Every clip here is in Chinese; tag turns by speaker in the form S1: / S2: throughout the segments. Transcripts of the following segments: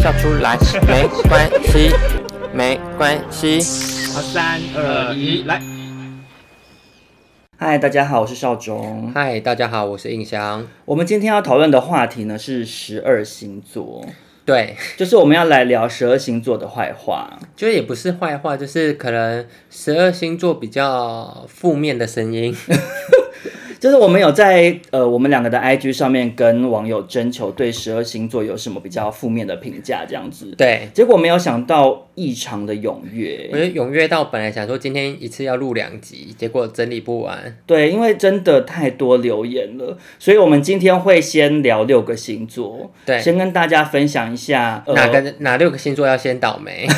S1: 笑出来没关系，没关系。
S2: 好，三二一，来。嗨，大家好，我是邵忠。
S3: 嗨，大家好，我是印象。
S2: 我们今天要讨论的话题呢是十二星座，
S3: 对，
S2: 就是我们要来聊十二星座的坏话。
S3: 就也不是坏话，就是可能十二星座比较负面的声 音。
S2: 就是我们有在呃我们两个的 IG 上面跟网友征求对十二星座有什么比较负面的评价，这样子。
S3: 对，
S2: 结果没有想到异常的踊
S3: 我
S2: 跃，
S3: 就踊跃到本来想说今天一次要录两集，结果整理不完。
S2: 对，因为真的太多留言了，所以我们今天会先聊六个星座，
S3: 对
S2: 先跟大家分享一下、呃、
S3: 哪个哪六个星座要先倒霉？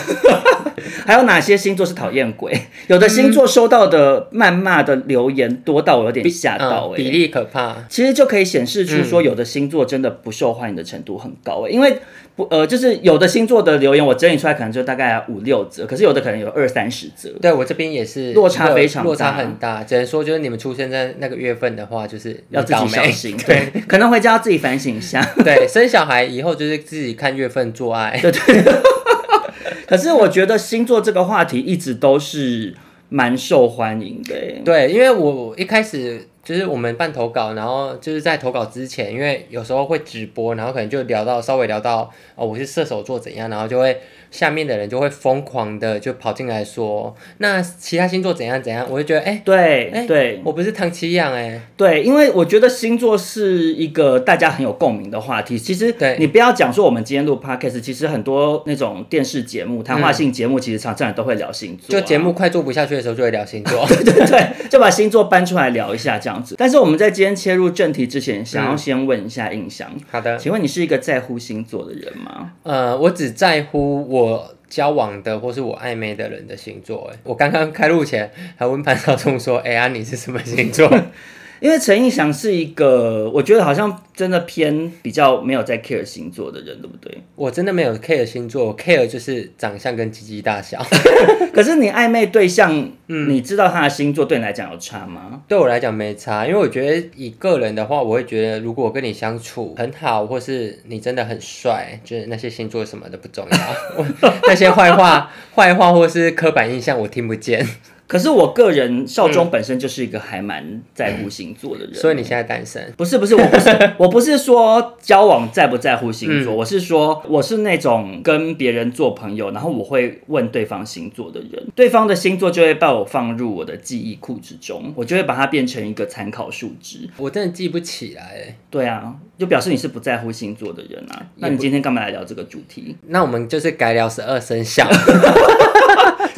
S2: 还有哪些星座是讨厌鬼？有的星座收到的谩骂的留言多到我有点吓
S3: 嗯
S2: 到哎、
S3: 嗯比例嗯可怕。
S2: 其实就可以显示出说，有的星座真的不受欢迎的程度很高诶、因为不呃，就是有的星座的留言我整理出来可能就大概五六折，可是有的可能有二三十折。
S3: 对我这边也是
S2: 落差非常大
S3: 落差很大，只能说就是你们出生在那个月份的话，就是
S2: 要自
S3: 你倒
S2: 己小
S3: 霉。
S2: 心，对，可能回家要自己反省一下。
S3: 对，生小孩以后就是自己看月份做爱。
S2: 可是我觉得星座这个话题一直都是蛮受欢迎的、欸，
S3: 对，因为我一开始就是我们办投稿，然后就是在投稿之前，因为有时候会直播，然后可能就聊到稍微聊到哦，我是射手座怎样，然后就会下面的人就会疯狂的就跑进来说，那其他星座怎样怎样，我就觉得哎
S2: 对、
S3: 哎
S2: 对，
S3: 我不是唐奇样哎，
S2: 对，因为我觉得星座是一个大家很有共鸣的话题。其实
S3: 对
S2: 你不要讲说我们今天录 podcast，其实很多那种电视节目、谈话性节目，其实常常也都会聊星座啊、
S3: 就节目快做不下去的时候就会聊星座。
S2: 对 对，就把星座搬出来聊一下这样子。但是我们在今天切入正题之前，想要先问一下印象，
S3: 好的，
S2: 请问你是一个在乎星座的人吗？
S3: 呃，我只在乎我。交往的或是我暧昧的人的星座，哎，我刚刚开录前还问潘少忠说，哎、呀、你是什么星座？
S2: 因为陈印翔是一个，我觉得好像真的偏比较没有在 care 星座的人，对不对？
S3: 我真的没有 care 星座，我 care 就是长相跟鸡鸡大小。
S2: 可是你暧昧对象，
S3: 嗯
S2: 你知道他的星座对你来讲有差吗？
S3: 对我来讲没差，因为我觉得以个人的话，我会觉得如果我跟你相处很好，或是你真的很帅，就是那些星座什么的不重要， 我那些坏话、坏话或是刻板印象我听不见。
S2: 可是我个人，少中本身就是一个还蛮在乎星座的人，
S3: 嗯所以你现在单身，
S2: 不是不是，我 不是我不是说交往在不在乎星
S3: 嗯
S2: 座，我是说我是那种跟别人做朋友，然后我会问对方星座的人，对方的星座就会把我放入我的记忆库之中，我就会把它变成一个参考数值。
S3: 我真的记不起来欸。
S2: 对啊，就表示你是不在乎星座的人啊。那你今天干嘛来聊这个主题？
S3: 那我们就是改聊十二生肖，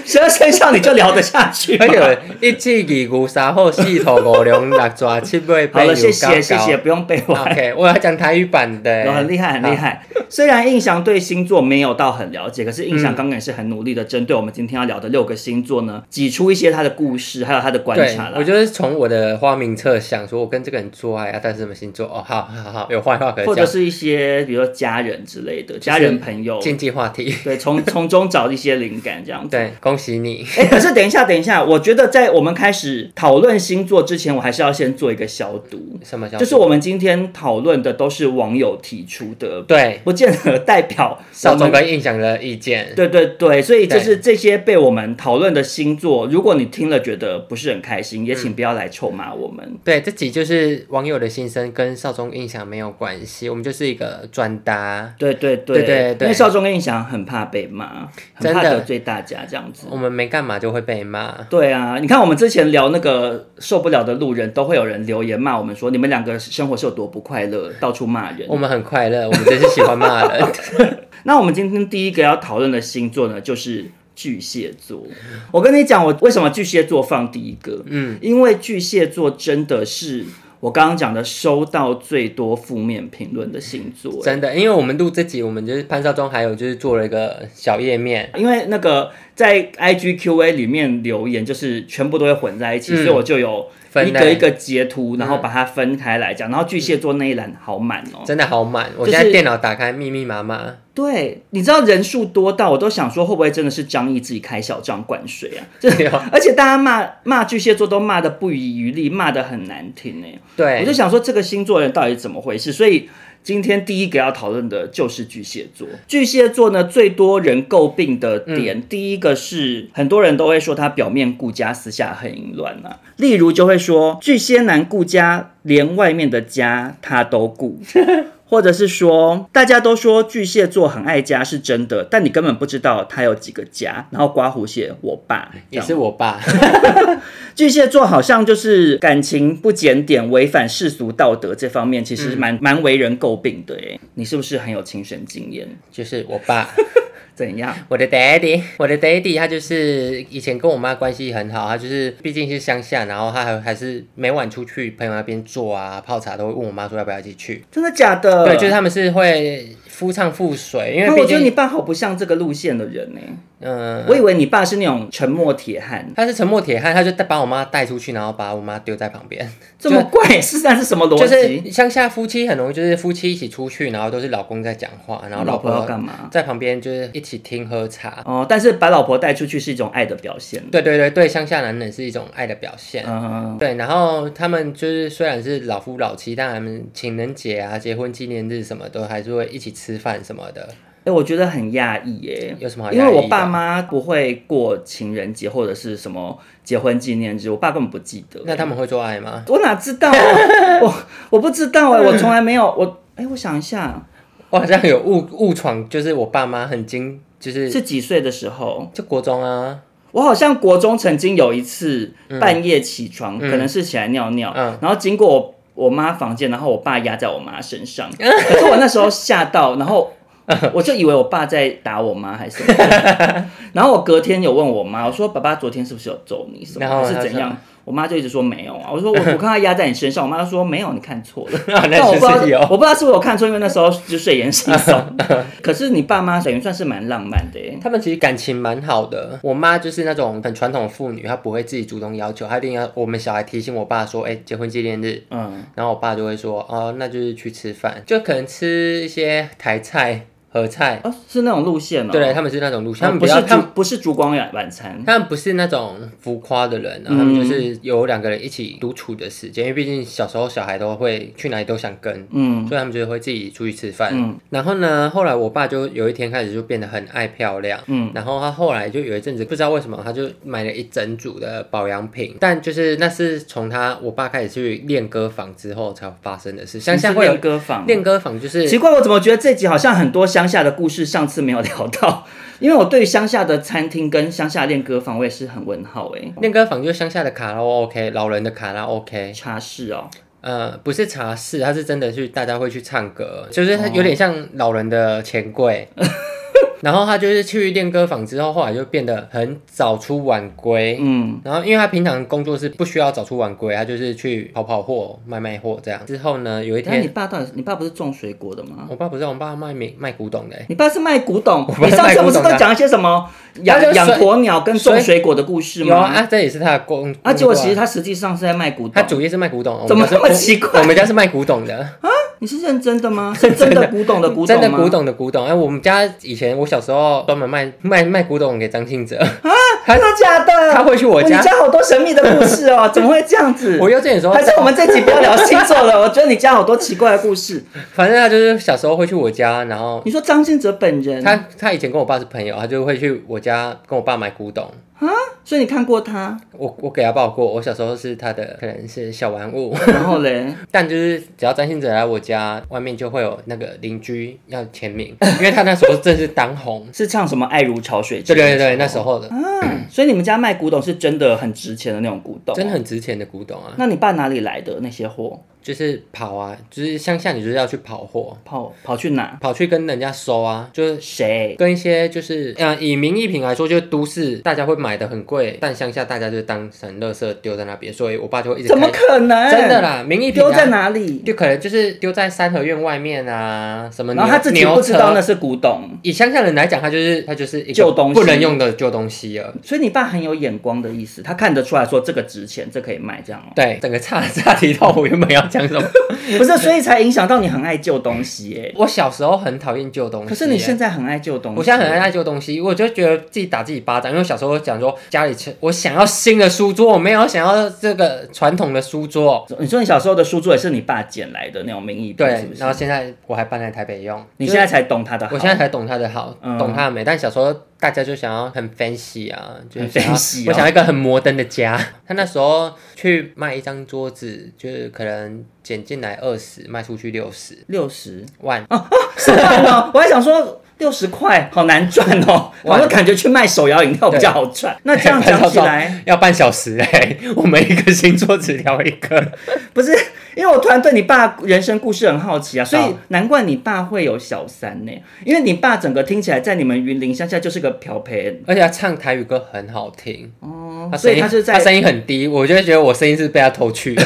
S2: 十二生肖你就聊得下 去吗
S3: 还有哎一季二五三后系统五龙六抓七八八
S2: 好了，
S3: 九
S2: 谢
S3: 九
S2: 谢谢谢，。不用
S3: 啊
S2: 背完。
S3: OK，我要讲台语版的欸，
S2: 有很厉害，很厉害。虽然印象对星座没有到很了解，可是印
S3: 嗯
S2: 象刚刚也是很努力的，针对我们今天要聊的六个星座呢，挤出一些他的故事，还有他的观
S3: 对
S2: 察，啦
S3: 我。就是从我的花名册想说，我跟这个人做爱啊，但是什么星座？哦，好好好，有坏话可
S2: 或者
S3: 讲。
S2: 是一些，比如说家人之类的，家人朋友，
S3: 禁忌话 题，
S2: 对，从从中找一些灵感这样子。
S3: 对，恭喜你。
S2: 哎，可是等一下，等一下，我觉得在我们开始讨论星座之前，我还是要先做一个消毒，
S3: 什么叫？
S2: 就是我们今天讨论的都是网友提出的，
S3: 对
S2: 不见得代表
S3: 少
S2: 我们
S3: 总跟印象的意见。
S2: 对对对，所以就是这些被我们讨论的星座，如果你听了觉得不是很开
S3: 嗯
S2: 心，也请不要来臭骂我们。
S3: 对，这集就是网友的心声，跟少中印象没有关系，我们就是一个转达，
S2: 对对对
S3: 对对对
S2: 因为少中跟印翔很怕被骂，很怕
S3: 真的
S2: 得罪大家这样子。
S3: 我们没干嘛就会被骂。
S2: 对啊，你看我们之前聊那个受不了的路人，都会有人留言骂我们说你们两个生活是有多不快乐，到处骂人。
S3: 我们很快乐，我们只是喜欢骂人。
S2: 那我们今天第一个要讨论的星座呢，就是巨蟹座。我跟你讲，我为什么巨蟹座放第一个？嗯，因为巨蟹座真的是。我刚刚讲的收到最多负面评论的星座、欸
S3: 真的，因为我们录这集，我们就是潘少忠还有就是做了一个小页面，
S2: 因为那个在 IG QA 里面留言就是全部都会混在一起，
S3: 嗯
S2: 所以我就有一
S3: 分
S2: 个
S3: 类
S2: 一个截图，然后把它分开来讲。然后巨蟹座那一栏好满哦、
S3: 真的好满，我
S2: 就是
S3: 现在电脑打开密密麻 麻，
S2: 对，你知道人数多到我都想说，会不会真的是张译自己开小账灌水啊？这
S3: 对啊
S2: 而且大家骂骂巨蟹座都骂的不遗余力，骂的很难听呢、我就
S3: 对，
S2: 想说，这个星座人到底怎么回事？所以今天第一个要讨论的就是巨蟹座。巨蟹座呢，最多人诟病的点，
S3: 嗯
S2: 第一个是很多人都会说他表面顾家，私下很淫乱啊。例如就会说巨蟹男顾家，连外面的家他 都顾。或者是说，大家都说巨蟹座很爱家是真的，但你根本不知道他有几个家。然后刮胡写我爸这
S3: 也
S2: 样
S3: 是我爸，
S2: 巨蟹座好像就是感情不检点、违反世俗道德这方面，其实蛮蛮、为人诟病的耶。你是不是很有亲身经验？
S3: 就是我爸。
S2: 怎样？
S3: 我的 daddy，我 的 daddy，他就是以前跟我妈关系很好，他就是毕竟是乡下，然后他还还是每晚出去朋友那边坐啊泡茶，都会问我妈说要不要一起去。
S2: 真的假的？
S3: 对，就是他们是会夫唱妇随，因
S2: 啊那
S3: 为
S2: 我
S3: 毕
S2: 觉得你
S3: 竟，
S2: 爸好不像这个路线的人呢。
S3: 嗯、
S2: 我以为你爸是那种沉默铁汉，
S3: 他是沉默铁汉，他就带把我妈带出去，然后把我妈丢在旁边。
S2: 这么怪，是那是什么逻
S3: 就
S2: 辑？
S3: 是乡下夫妻很容易就是夫妻一起出去，然后都是老公在讲话，然后
S2: 老
S3: 老
S2: 婆
S3: 婆
S2: 要干嘛？
S3: 在旁边就是一起听喝茶。
S2: 哦，但是把老婆带出去是一种爱的表现。
S3: 对对对对，乡下男人是一种爱的表现。
S2: 嗯，
S3: 对，然后他们就是虽然是老夫老妻，但他们情人节啊、结婚纪念日什么都还是会一起吃饭什么的。
S2: 哎、我觉得很讶异耶。
S3: 有什么好
S2: 因为
S3: 压抑
S2: 我
S3: 的
S2: 爸，妈不会过情人节或者是什么结婚纪念日，我爸根本不记得。
S3: 那他们会做爱吗？
S2: 我哪知道、啊？我我不知道哎、
S3: 嗯
S2: 我从来没有我哎、我想一下，
S3: 我好像有误误闯，就是我爸妈很惊，就是
S2: 是几岁的时候？
S3: 就国中 啊，
S2: 我好像国中曾经有一次半夜起床，可能是起来尿尿，
S3: 嗯
S2: 然后经过我我妈房间，然后我爸压在我妈身上，
S3: 嗯
S2: 可是我那时候吓 到，然后。我就以为我爸在打我妈还是什么， 然后我隔天有问我妈，我说爸爸昨天是不是有揍你什么
S3: 然后
S2: 还是
S3: 她
S2: 怎
S3: 说
S2: 样？我妈就一直说没有啊，我说我我看他压在你身上，我妈说没有，你看错了。
S3: 啊那
S2: 但我不知道
S3: 就是有，
S2: 我不知道是不是我看错，因为那时候就睡眼惺忪。 可是你爸妈等于算是蛮浪漫的耶，
S3: 他们其实感情蛮好的。我妈就是那种很传统的妇女，她不会自己主动要求，她一定要我们小孩提醒我爸说，哎、结婚纪念日。
S2: 嗯，
S3: 然后我爸就会说，哦，那就是去吃饭，就可能吃一些台菜、和菜。
S2: 哦，是那种路线哦。
S3: 对，他们是那种路线，他
S2: 哦
S3: 们
S2: 不
S3: 比较
S2: 是
S3: 他们
S2: 烛不是烛光晚晚餐，
S3: 他们不是那种浮夸的人、啊，
S2: 嗯
S3: 他们就是有两个人一起独处的时间，因为毕竟小时候小孩都会去哪里都想跟，
S2: 嗯
S3: 所以他们就会自己出去吃饭。
S2: 嗯
S3: 然后呢，后来我爸就有一天开始就变得很爱漂亮，
S2: 嗯
S3: 然后他后来就有一阵子不知道为什么，他就买了一整组的保养品，但就是那是从他我爸开始去练歌房之后才发生的事。乡下会有
S2: 练歌坊。
S3: 练歌房，就是
S2: 奇怪，我怎么觉得这集好像很多乡下的故事，上次没有聊到？ 因为我对于乡下的餐厅跟乡下练歌坊，我也是很问号哎。
S3: 练歌房就是乡下的卡拉 OK，老人的卡拉 OK。
S2: 茶室哦，
S3: 呃，不是茶室，它是真的去大家会去唱歌，就是它有点像老人的钱柜。
S2: 哦
S3: 然后他就是去练歌坊之后，后来就变得很早出晚归。
S2: 嗯，
S3: 然后，因为他平常工作是不需要早出晚归，他就是去跑跑货、卖卖货这样。之后呢，有一
S2: 那你
S3: 天，
S2: 爸到底是？你爸不是种水果的吗？
S3: 我爸不是我爸卖米卖古董的欸、
S2: 你爸是卖古董，
S3: 爸
S2: 你
S3: 是
S2: 上
S3: 卖
S2: 次
S3: 古
S2: 不是
S3: 董的啊
S2: 都讲一些什么
S3: 他就是
S2: 养养
S3: 水
S2: 鸵鸟跟种
S3: 水
S2: 水果的故事吗？
S3: 有啊，啊，这也是他的工。
S2: 啊，结果其实
S3: 他
S2: 他实际上是在卖古
S3: 他
S2: 董。
S3: 主业是卖古董，
S2: 怎么
S3: 我们家是
S2: 这么奇怪
S3: 我我们家是卖古董的。
S2: 你是认真 的吗？是真的古董的古董
S3: 真
S2: 吗？
S3: 的古董的古董，哎、我们家以前我小时候专门卖卖卖古董给张信哲，他
S2: 真的假的？
S3: 他会去我
S2: 哇
S3: 家
S2: 你家好多神秘的故事 哦，怎么会这样子？
S3: 我幼稚园的时候
S2: 还，是我们这集不要聊星座 了，我觉得你家好多奇怪的故事。
S3: 反正他就是小时候会去我家，然后
S2: 你说张信哲本人，
S3: 他他以前跟我爸是朋友，他就会去我家跟我爸买古董。
S2: 所以你看过他，
S3: 我我给他抱过，我小时候是他的可能是小玩物，
S2: 然后嘞，，
S3: 但就是只要张信哲来我家，外面就会有那个邻居要签 名，因为他那时候正是当 红
S2: 是唱什么爱如潮水之
S3: 对
S2: 类的？
S3: 对对，那时候的哦
S2: 所以你们家卖古董是真的很值钱的那种古董，哦
S3: 真的。很值钱的古董啊。
S2: 那你爸哪里来的那些货？
S3: 就是跑啊，就是乡下你就是要去跑货，
S2: 跑跑去哪？
S3: 跑去跟人家收啊，就是
S2: 谁？
S3: 跟一些就是呃以名义品来说，就是都市大家会买的很贵，但乡下大家就当成垃圾丢在那边，所以我爸就会一直
S2: 怎么
S3: 开
S2: 可能？
S3: 真的啦，名义品啊
S2: 丢在？哪里？
S3: 就可能就是丢在三合院外面啊，什么牛
S2: 然后他自己
S3: 牛
S2: 不知道
S3: 车
S2: 那是古董，
S3: 以乡下人来讲，他就是他就是一个
S2: 旧东西
S3: 不能用的旧东西了。
S2: 所以你爸很有眼光的意思，他看得出来说这个值钱，这可以卖这样哦。
S3: 对，整个岔岔题到我原本要讲什 么。
S2: 不是，所以才影响到你很爱旧东西耶。
S3: 我小时候很讨厌旧东西，
S2: 可是你现
S3: 在。
S2: 在很爱旧东西，
S3: 我现在很爱旧东西，我就觉得自己打自己巴掌，因为小时候讲说家里我想要新的书桌，我没有想要这个传统的书桌。
S2: 你说你小时候的书桌也是你爸捡来的那种名义品，
S3: 对
S2: 是不，是
S3: 然后现在我还搬来台北用，
S2: 你现在才懂他的好。
S3: 我现在才懂它的好，
S2: 嗯
S3: 懂它的美。但小时候大家就想要很 fancy 啊，就是
S2: 很
S3: 想要
S2: fancy 哦
S3: 我想要一个很摩登的家。他那时候去卖一张桌子，就是可能捡进来二十，卖出去六十
S2: 六十
S3: 万。
S2: 是 万哦，我还想说六十块好难赚哦，我就感觉去卖手摇饮料比较好赚。那这样 讲起来，
S3: 要半小时哎、我们一个新桌子聊一 个。
S2: 不是因为我突然对你爸人生故事很好奇啊，所以
S3: 好
S2: 难怪你爸会有小三呢，因为你爸整个听起来在你们云林乡下就是个漂培
S3: 而且他唱台语歌很好听，
S2: 哦
S3: 他，
S2: 所
S3: 声
S2: 以
S3: 音
S2: 他就在
S3: 他声音很低，我就会觉得我声音是被他偷去的。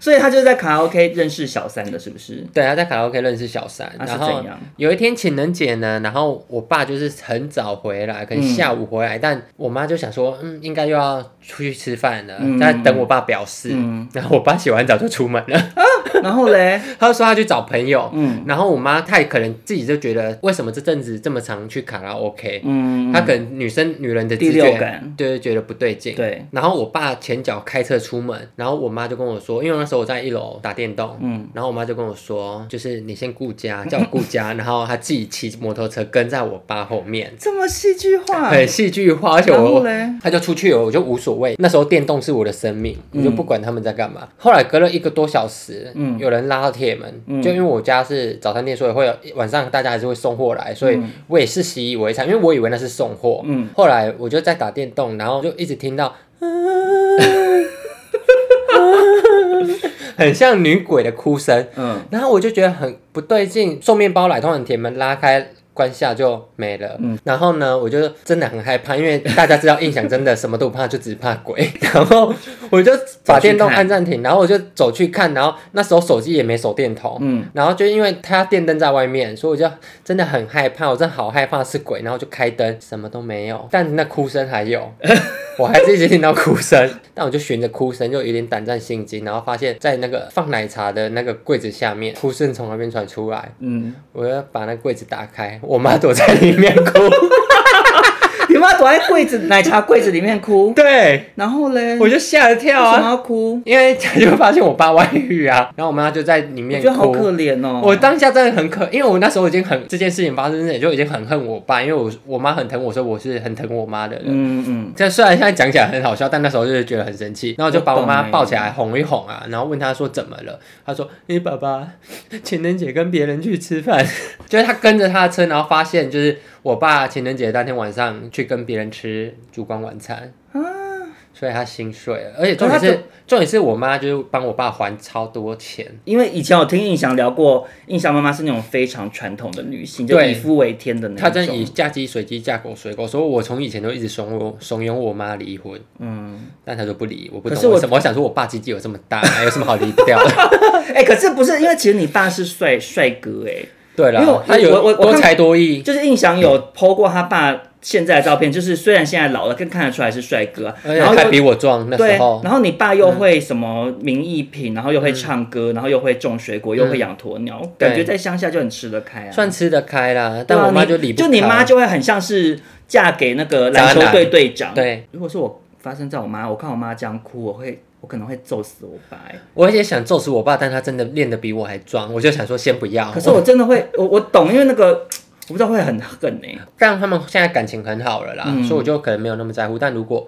S2: 所以他就是在卡拉 OK 认识小三的，是 不是？
S3: 对，他在卡拉 OK 认识小三，
S2: 啊是
S3: 然后
S2: 怎样
S3: 有一天情人节呢，然后我爸就是很早回来，
S2: 嗯
S3: 可能下午回来，但我妈就想说，嗯，应该又要出去吃饭了，
S2: 嗯
S3: 在等我爸表示。
S2: 嗯
S3: 然后我爸洗完澡就出门了，
S2: 然后嘞，
S3: 他就说他去找朋友。
S2: 嗯
S3: 然后我妈她也可能自己就觉得，为什么这阵子这么常去卡拉 OK？、
S2: 嗯，
S3: 她可能女生女人的直
S2: 第六
S3: 觉
S2: 感，
S3: 就是觉得不对劲。
S2: 对，
S3: 然后我爸前脚开车出门，然后我妈就跟我说，因为那时候我在一楼打电动，
S2: 嗯
S3: 然后我妈就跟我说，就是你先顾家，叫我顾家，然后她自己骑摩托车跟在我爸后 面，
S2: 这么戏剧化，
S3: 很戏剧化，而且
S2: 然后
S3: 我
S2: 嘞，
S3: 她就出去了，我就无所谓。那时候电动是我的生命，我就不管他们在干嘛。后来隔了一个多小时，
S2: 嗯
S3: 有人拉到铁门，
S2: 嗯
S3: 就因为我家是早餐店，所以会有晚上大家还是会送货来，所以我也是习以为常，因为我以为那是送货。
S2: 嗯
S3: 后来我就在打电动，然后就一直听 到。很像女鬼的哭声，
S2: 嗯
S3: 然后我就觉得很不对劲，送面包来，通常铁门拉开。关下就没了，然后呢，我就真的很害怕，因为大家知道印象真的什么都不怕，就只怕鬼。 然后我就把电动
S2: 走去看
S3: 按暂停，然后我就走去看，然后那时候手机也没手电筒，
S2: 嗯
S3: 然后就因为它电灯在外面，所以我就真的很害怕，我真的好害怕是鬼，然后就开灯，什么都没有，但那哭声还 有，我还是一直听到哭声，但我就循着哭声就有点胆战心惊，然后发现在那个放奶茶的那个柜子下面，哭声从那边传出来，
S2: 嗯，
S3: 我要把那柜子打开，我妈躲在里面哭，
S2: 你妈躲在柜子奶茶柜子里面哭，
S3: 对
S2: 然后嘞，
S3: 我就吓了跳
S2: 嗯为什么
S3: 啊，
S2: 要哭？
S3: 因为就发现我爸外遇啊，然后我妈就在里
S2: 我
S3: 面
S2: 觉得好
S3: 哭，
S2: 可怜哦，
S3: 我当下真的很可，因为我那时候已经很这件事情发生之前就已经很恨我爸，因为我我妈很疼我，所以我是很疼我妈的人。
S2: 嗯嗯，
S3: 这虽然现在讲起来很好笑，但那时候就是觉得很生气，
S2: 欸
S3: 然后就把我妈抱起来哄一哄啊，然后问她说怎么了，她说你爸爸情人节跟别人去吃饭， 就是她跟着她的车，然后发现就是我爸情人节当天晚上去跟别人吃烛光晚餐所以她心碎了，而且重点
S2: 啊可是
S3: 是重点是我妈就是帮我爸还超多钱，
S2: 因为以前我听印象聊过，印象妈妈是那种非常传统的女性，就
S3: 对
S2: 以夫为天的那种，
S3: 她真以嫁鸡随鸡，嫁狗随狗，所以我从以前都一直怂恿怂恿我妈离婚，
S2: 嗯，
S3: 但她就不离，我不
S2: 可
S3: 懂
S2: 是我
S3: 为什么。我想说，我爸鸡鸡有这么大，还有什么好离不掉的？
S2: 哎，可是不是因为其实你爸是帅帅哥哎，
S3: 对
S2: 因为
S3: 了
S2: 我，
S3: 他有
S2: 我我我
S3: 多
S2: 看
S3: 才多艺，
S2: 就是印象有 PO 过他爸现在的照片，就是虽然现在老了，更看得出来是帅哥啊，
S3: 而且
S2: 然后
S3: 还
S2: 又
S3: 呃比我壮。那
S2: 对
S3: 时候，嗯
S2: 然后你爸又会什么名艺品，然后又会唱歌，然后又会种水果，又会养鸵鸟，
S3: 嗯对
S2: 感觉在乡下就很吃得开啊。
S3: 算吃得开啦，
S2: 对啊
S3: 但我妈
S2: 你
S3: 就离不
S2: 就你妈
S3: 开
S2: 就会很像是嫁给那个篮球
S3: 渣男
S2: 队队长。，
S3: 对，
S2: 如果是我发生在我妈，我看我妈这样哭，我会我可能会揍死我爸、欸。
S3: 我也想揍死我爸，但他真的练得比我还壮，我就想说先不要。
S2: 可是我真的会，我我懂，因为那个我不知道会很恨哎、
S3: 但他们现在感情很好了啦，
S2: 嗯
S3: 所以我就可能没有那么在乎。但如果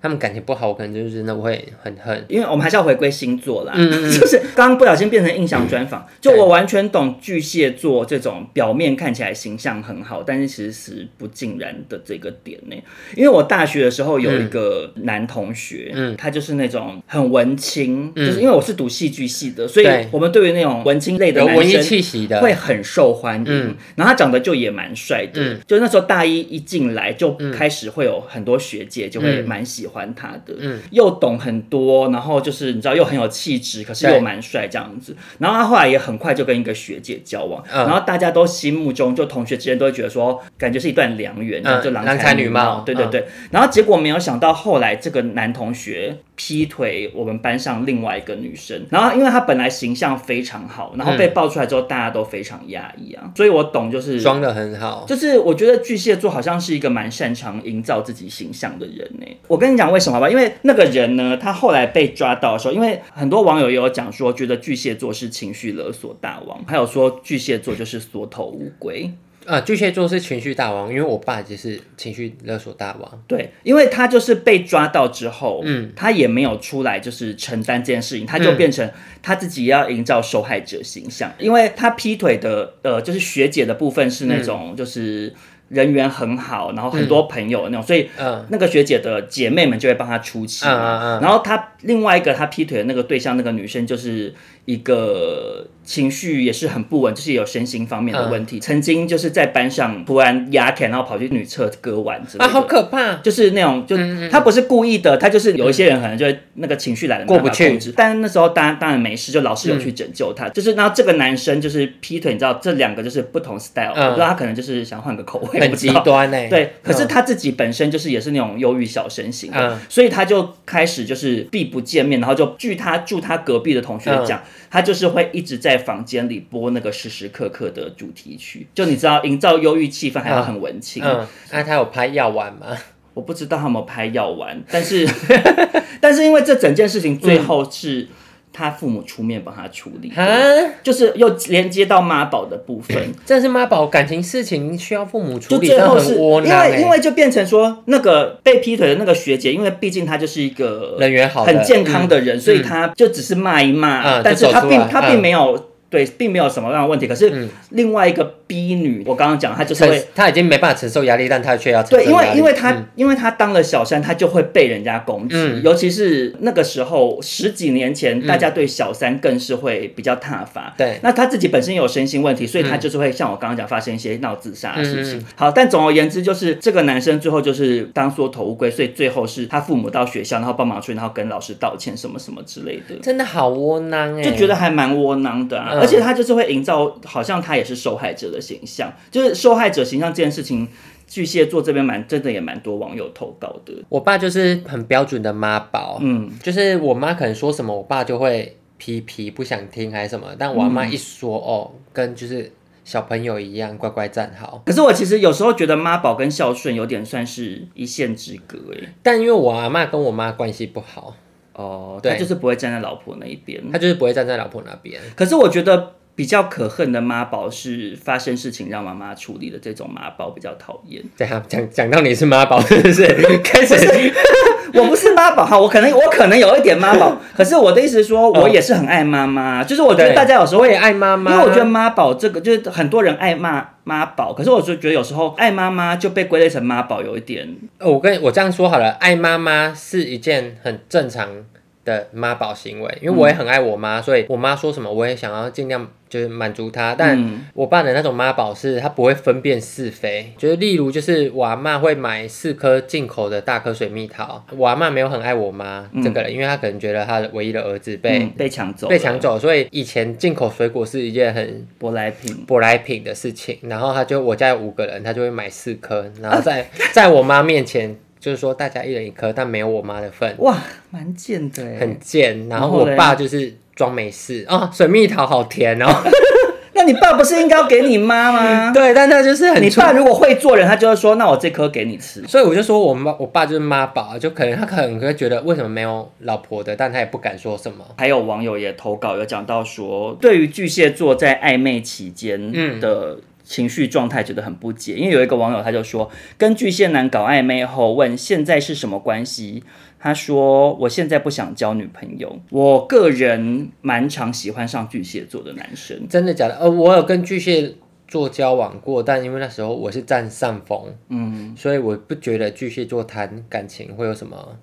S3: 他们感情不好，我可能就是真的会很恨。
S2: 因为我们还是要回归星座啦，
S3: 嗯嗯嗯
S2: 就是刚刚不小心变成印象专访，就
S3: 对
S2: 我完全懂巨蟹座这种表面看起来形象很好，但是其实不尽然的这个点呢、因为我大学的时候有一个男同学，
S3: 嗯
S2: 他就是那种很文青，
S3: 嗯
S2: 就是因为我是读戏剧系的，所以
S3: 对
S2: 我们对于那种文青类的
S3: 有
S2: 男
S3: 文艺
S2: 生
S3: 气息的，
S2: 会很受欢迎。
S3: 嗯
S2: 然后他长得就也蛮帅的，
S3: 嗯
S2: 就那时候大一一进来就开始会有很多学姐就会蛮喜欢他的，
S3: 嗯
S2: 又懂很多，然后就是你知道又很有气质，可是
S3: 对
S2: 又蛮帅这样子。然后他后来也很快就跟一个学姐交往，
S3: 嗯
S2: 然后大家都心目中就同学之间都会觉得说，感觉是一段良缘，
S3: 嗯
S2: 就
S3: 郎才
S2: 才
S3: 女
S2: 貌，
S3: 貌
S2: 对对
S3: 嗯
S2: 对。然后结果没有想到，后来这个男同学劈腿我们班上另外一个女生，然后因为他本来形象非常好，然后
S3: 嗯
S2: 被爆出来之后，大家都非常压抑啊，所以我懂就是。
S3: 装的很好。
S2: 就是我觉得巨蟹座好像是一个蛮擅长营造自己形象的人呢、我跟你讲为什么吧，因为那个人呢，他后来被抓到的时候，因为很多网友也有讲说，觉得巨蟹座是情绪勒索大王，还有说巨蟹座就是缩头乌龟。
S3: 呃，巨蟹座是情绪大王，因为我爸就是情绪勒索大王。
S2: 对，因为他就是被抓到之后，
S3: 嗯
S2: 嗯，他也没有出来就是承担这件事情，他就变成他自己要营造受害者形象，因为他劈腿的呃，就是学姐的部分是那
S3: 嗯
S2: 种就是人缘很好，然后很多朋友那种，所以
S3: 嗯
S2: 那个学姐的姐妹们就会帮他出气
S3: 嗯
S2: 嘛，
S3: 嗯嗯
S2: 然后他另外一个他劈腿的那个对象那个女生就是一个情绪也是很不稳，就是有身心方面的问
S3: 嗯
S2: 题，曾经就是在班上突然牙疼，然后跑去女厕割腕之类
S3: 啊，
S2: 的。
S3: 好可怕！
S2: 就是那种，
S3: 嗯
S2: 就他不是故意的，他就是有一些人可能就会那个情绪来了
S3: 过不去嗯
S2: 没办法控制但那时候当然当然没事，就老师有去拯救他。就是然后这个男生就是劈腿，你知道这两个就是不同 style，、
S3: 嗯
S2: 我不知道他可能就是想换个口味，我
S3: 很
S2: 不知
S3: 极
S2: 道。
S3: 端欸嗯呢、
S2: 对，可是他自己本身就是也是那种忧郁小生型的，
S3: 嗯
S2: 所以他就开始就是避不见面，然后就据他住他隔壁的同学讲，
S3: 嗯
S2: 他就是会一直在房间里播那个时时刻刻的主题曲，就你知道营造忧郁气氛还要很文青，
S3: 嗯，那、他有拍药丸吗？
S2: 我不知道他有没有拍药丸，但是 但是因为这整件事情最后是他父母出面帮他处理的，
S3: 啊，
S2: 就是又连接到妈宝的部分。
S3: 这是妈宝感情事情需要父母嗯处
S2: 就
S3: 理，
S2: 最
S3: 真的
S2: 后
S3: 很
S2: 是
S3: 窝
S2: 因
S3: 囊、欸。
S2: 为因为就变成说那个被劈腿的那个学姐，因为毕竟她就是一个
S3: 人缘好的
S2: 很健康的人，所以她就只是骂一骂，
S3: 嗯
S2: 但是
S3: 就走
S2: 她
S3: 出
S2: 并
S3: 来
S2: 她
S3: 嗯
S2: 并没有、对，并没有什么样的问题。可是另外一个逼女，我刚刚讲她就是会
S3: 承他已经没办法承受压力，但他却要承受
S2: 对，因
S3: 压
S2: 为
S3: 力
S2: 因为他、
S3: 嗯
S2: 因为他当了小三，他就会被人家攻击，
S3: 嗯
S2: 尤其是那个时候十几年前，大家对小三更是会比较挞伐。
S3: 对
S2: 那他自己本身也有身心问题，所以他就是会像我刚刚讲，发生一些闹自杀的事
S3: 嗯
S2: 情。
S3: 嗯
S2: 好，但总而言之，就是这个男生最后就是当缩头乌龟，所以最后是他父母到学校，然后帮忙去，然后跟老师道歉什么什么之类的。
S3: 真的好窝囊哎、
S2: 就觉得还蛮窝囊的啊，
S3: 嗯
S2: 而且他就是会营造好像他也是受害者的形象，就是受害者形象这件事情，巨蟹座这边蛮真的也蛮多网友投稿的，
S3: 我爸就是很标准的妈宝，
S2: 嗯，
S3: 就是我妈可能说什么，我爸就会批批不想听还是什么，但我妈
S2: 嗯
S3: 一说、哦，跟就是小朋友一样乖乖站好。
S2: 可是我其实有时候觉得妈宝跟孝顺有点算是一线之隔哎，
S3: 但因为我阿妈跟我妈关系不好，
S2: 哦，
S3: 对
S2: 他就是不会站在老婆那一边，
S3: 她就是不会站在老婆那边。
S2: 可是我觉得。比较可恨的妈宝是发生事情让妈妈处理的这种妈宝比较讨 厌。
S3: 对啊，讲讲到你是妈宝，是不 是？开始
S2: 我不是妈宝哈，我可能我可能有一点妈宝，可是我的意思是说，我也是很爱妈妈，就是我觉得
S3: 对
S2: 大家有时候
S3: 我
S2: 会
S3: 也爱妈妈，
S2: 因为我觉得妈宝这个就是很多人爱骂妈宝，可是我就觉得有时候爱妈妈就被归类成妈宝，有一点
S3: 呃我跟我这样说好了，爱妈妈是一件很正常的妈宝行为，
S2: 嗯
S3: 因为我也很爱我妈，所以我妈说什么我也想要尽量就是满足她。但
S2: 嗯
S3: 我爸的那种妈宝是，他不会分辨是非，就是例如就是我阿妈会买四颗进口的大颗水蜜桃，我阿妈没有很爱我妈这个人，因为她可能觉得她的唯一的儿子被、
S2: 嗯被抢走了，
S3: 被抢走，所以以前进口水果是一件很
S2: 舶来品。
S3: 舶来品的事情，然后他就我家有五个人，他就会买四颗，然后在在我妈面前就是说大家一人一颗，但没有我妈的份，
S2: 哇，蛮贱的哎
S3: 很！贱。然后
S2: 然后
S3: 我
S2: 嘞
S3: 爸就是装没事啊，水蜜桃好甜哦，
S2: 那你爸不是应该要给你妈吗？
S3: 对，但他就是很
S2: 你
S3: 粗。
S2: 爸如果会做人，他就会说：“那我这颗给你吃。
S3: 所以我就说我妈我爸就是妈宝，啊就可能他可能会觉得为什么没有老婆的，但他也不敢说什么”。
S2: 还有网友也投稿有讲到说，对于巨蟹座在暧昧期间的情绪状态觉得很不解，因为有一个网友他就说，跟巨蟹男搞暧昧后问现在是什么关系，他说我现在不想交女朋友，我个人蛮常喜欢上巨蟹座的男生，
S3: 真的假的？呃，我有跟巨蟹座交往过，但因为那时候我是占上风，
S2: 嗯，
S3: 所以我不觉得巨蟹座谈感情会有什么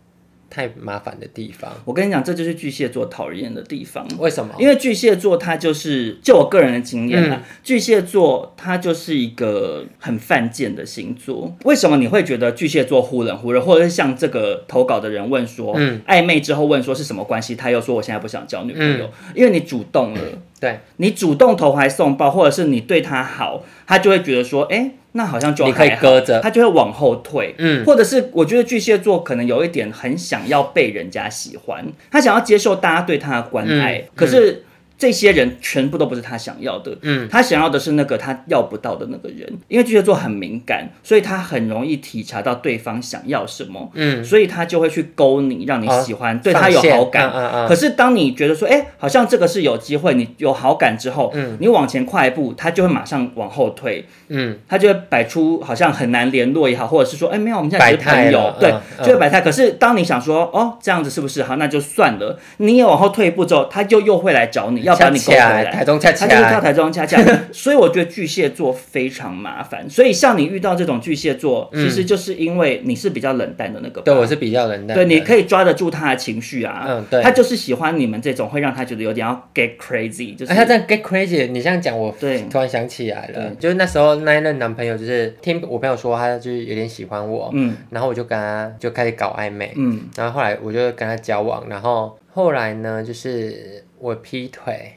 S3: 太麻烦的地方。
S2: 我跟你讲，这就是巨蟹座讨人厌的地方，
S3: 为什么？
S2: 因为巨蟹座它就是，就我个人的经验啦，
S3: 嗯
S2: 巨蟹座它就是一个很犯贱的星座。为什么你会觉得巨蟹座忽冷忽热，或者是像这个投稿的人问说，
S3: 嗯
S2: 暧昧之后问说是什么关系，他又说我现在不想交女朋友，因为你主动了，
S3: 嗯对，
S2: 你主动投怀送抱，或者是你对他好，他就会觉得说，哎、那好像就
S3: 你可以
S2: 还好
S3: 搁着
S2: 他就会往后退，
S3: 嗯
S2: 或者是我觉得巨蟹座可能有一点很想要被人家喜欢，他想要接受大家对他的关爱，
S3: 嗯
S2: 可是这些人全部都不是他想要的，
S3: 嗯，
S2: 他想要的是那个他要不到的那个人，因为巨蟹座很敏感，所以他很容易体察到对方想要什么，
S3: 嗯，
S2: 所以他就会去勾你，让你喜欢，对他
S3: 放
S2: 有
S3: 线
S2: 好
S3: 嗯
S2: 感，
S3: 嗯嗯
S2: 可是当你觉得说，哎、好像这个是有机会，你有好感之后，你往前跨一步，他就会马上往后退，
S3: 嗯，
S2: 他就会摆出好像很难联络也好，或者是说，哎、没有，我们现在只是朋
S3: 摆态
S2: 友
S3: 了，
S2: 对
S3: 嗯，嗯
S2: 就会摆态。可是当你想说，哦，这样子是不是好？那就算了。你也往后退一步之后，他就又会来找你，要把你
S3: 起
S2: 勾回
S3: 来，
S2: 来
S3: 台。中恰起
S2: 他就是到
S3: 来，
S2: 台中恰恰， 所以我觉得巨蟹座非常麻烦。所以像你遇到这种巨蟹座，其实就是因为你是比较冷淡的那个
S3: 嗯
S2: 吧。
S3: 对我是比较冷淡的，
S2: 对，你可以抓得住他的情绪啊。
S3: 嗯对
S2: 他就是喜欢你们这种会让他觉得有点要 get crazy，就是、
S3: 哎，他这样 get crazy，你这样讲我
S2: 对
S3: 突然想起来了
S2: 对，
S3: 就是那时候那一任男朋友，就是听我朋友说他就是有点喜欢我，
S2: 嗯
S3: 然后我就跟他就开始搞暧昧，
S2: 嗯
S3: 然后后来我就跟他交往，然后后来呢就是我劈 腿，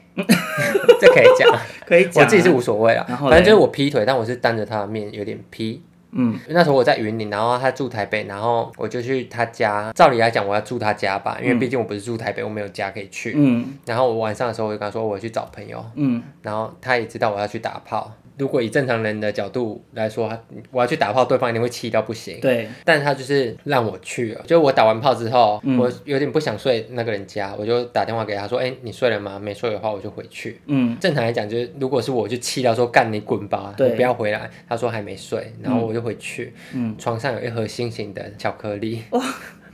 S3: 这可以讲，啊
S2: 可以讲、啊
S3: 我自己是无所谓啦，
S2: 然后
S3: 反
S2: 嘞
S3: 正就是我劈腿，但我是当着他的面有点劈。
S2: 嗯
S3: 那时候我在云林，然后他住台北，然后我就去他家。照理来讲，我要住他家吧，因为
S2: 嗯
S3: 毕竟我不是住台北，我没有家可以去。
S2: 嗯
S3: 然后我晚上的时候，我就跟他说我去找朋友，
S2: 嗯
S3: 然后他也知道我要去打炮。如果以正常人的角度来说，他我要去打炮，对方一定会气到不行。
S2: 对，
S3: 但他就是让我去了，就是我打完炮之后，
S2: 嗯
S3: 我有点不想睡那个人家，我就打电话给他说：“哎、你睡了吗？没睡的话，我就回去。”
S2: 嗯
S3: 正常来讲，就是如果是我就气到说干你滚吧，
S2: 对
S3: 你不要回来。他说还没睡，然后我就回去，
S2: 嗯。
S3: 床上有一盒心形的巧克力。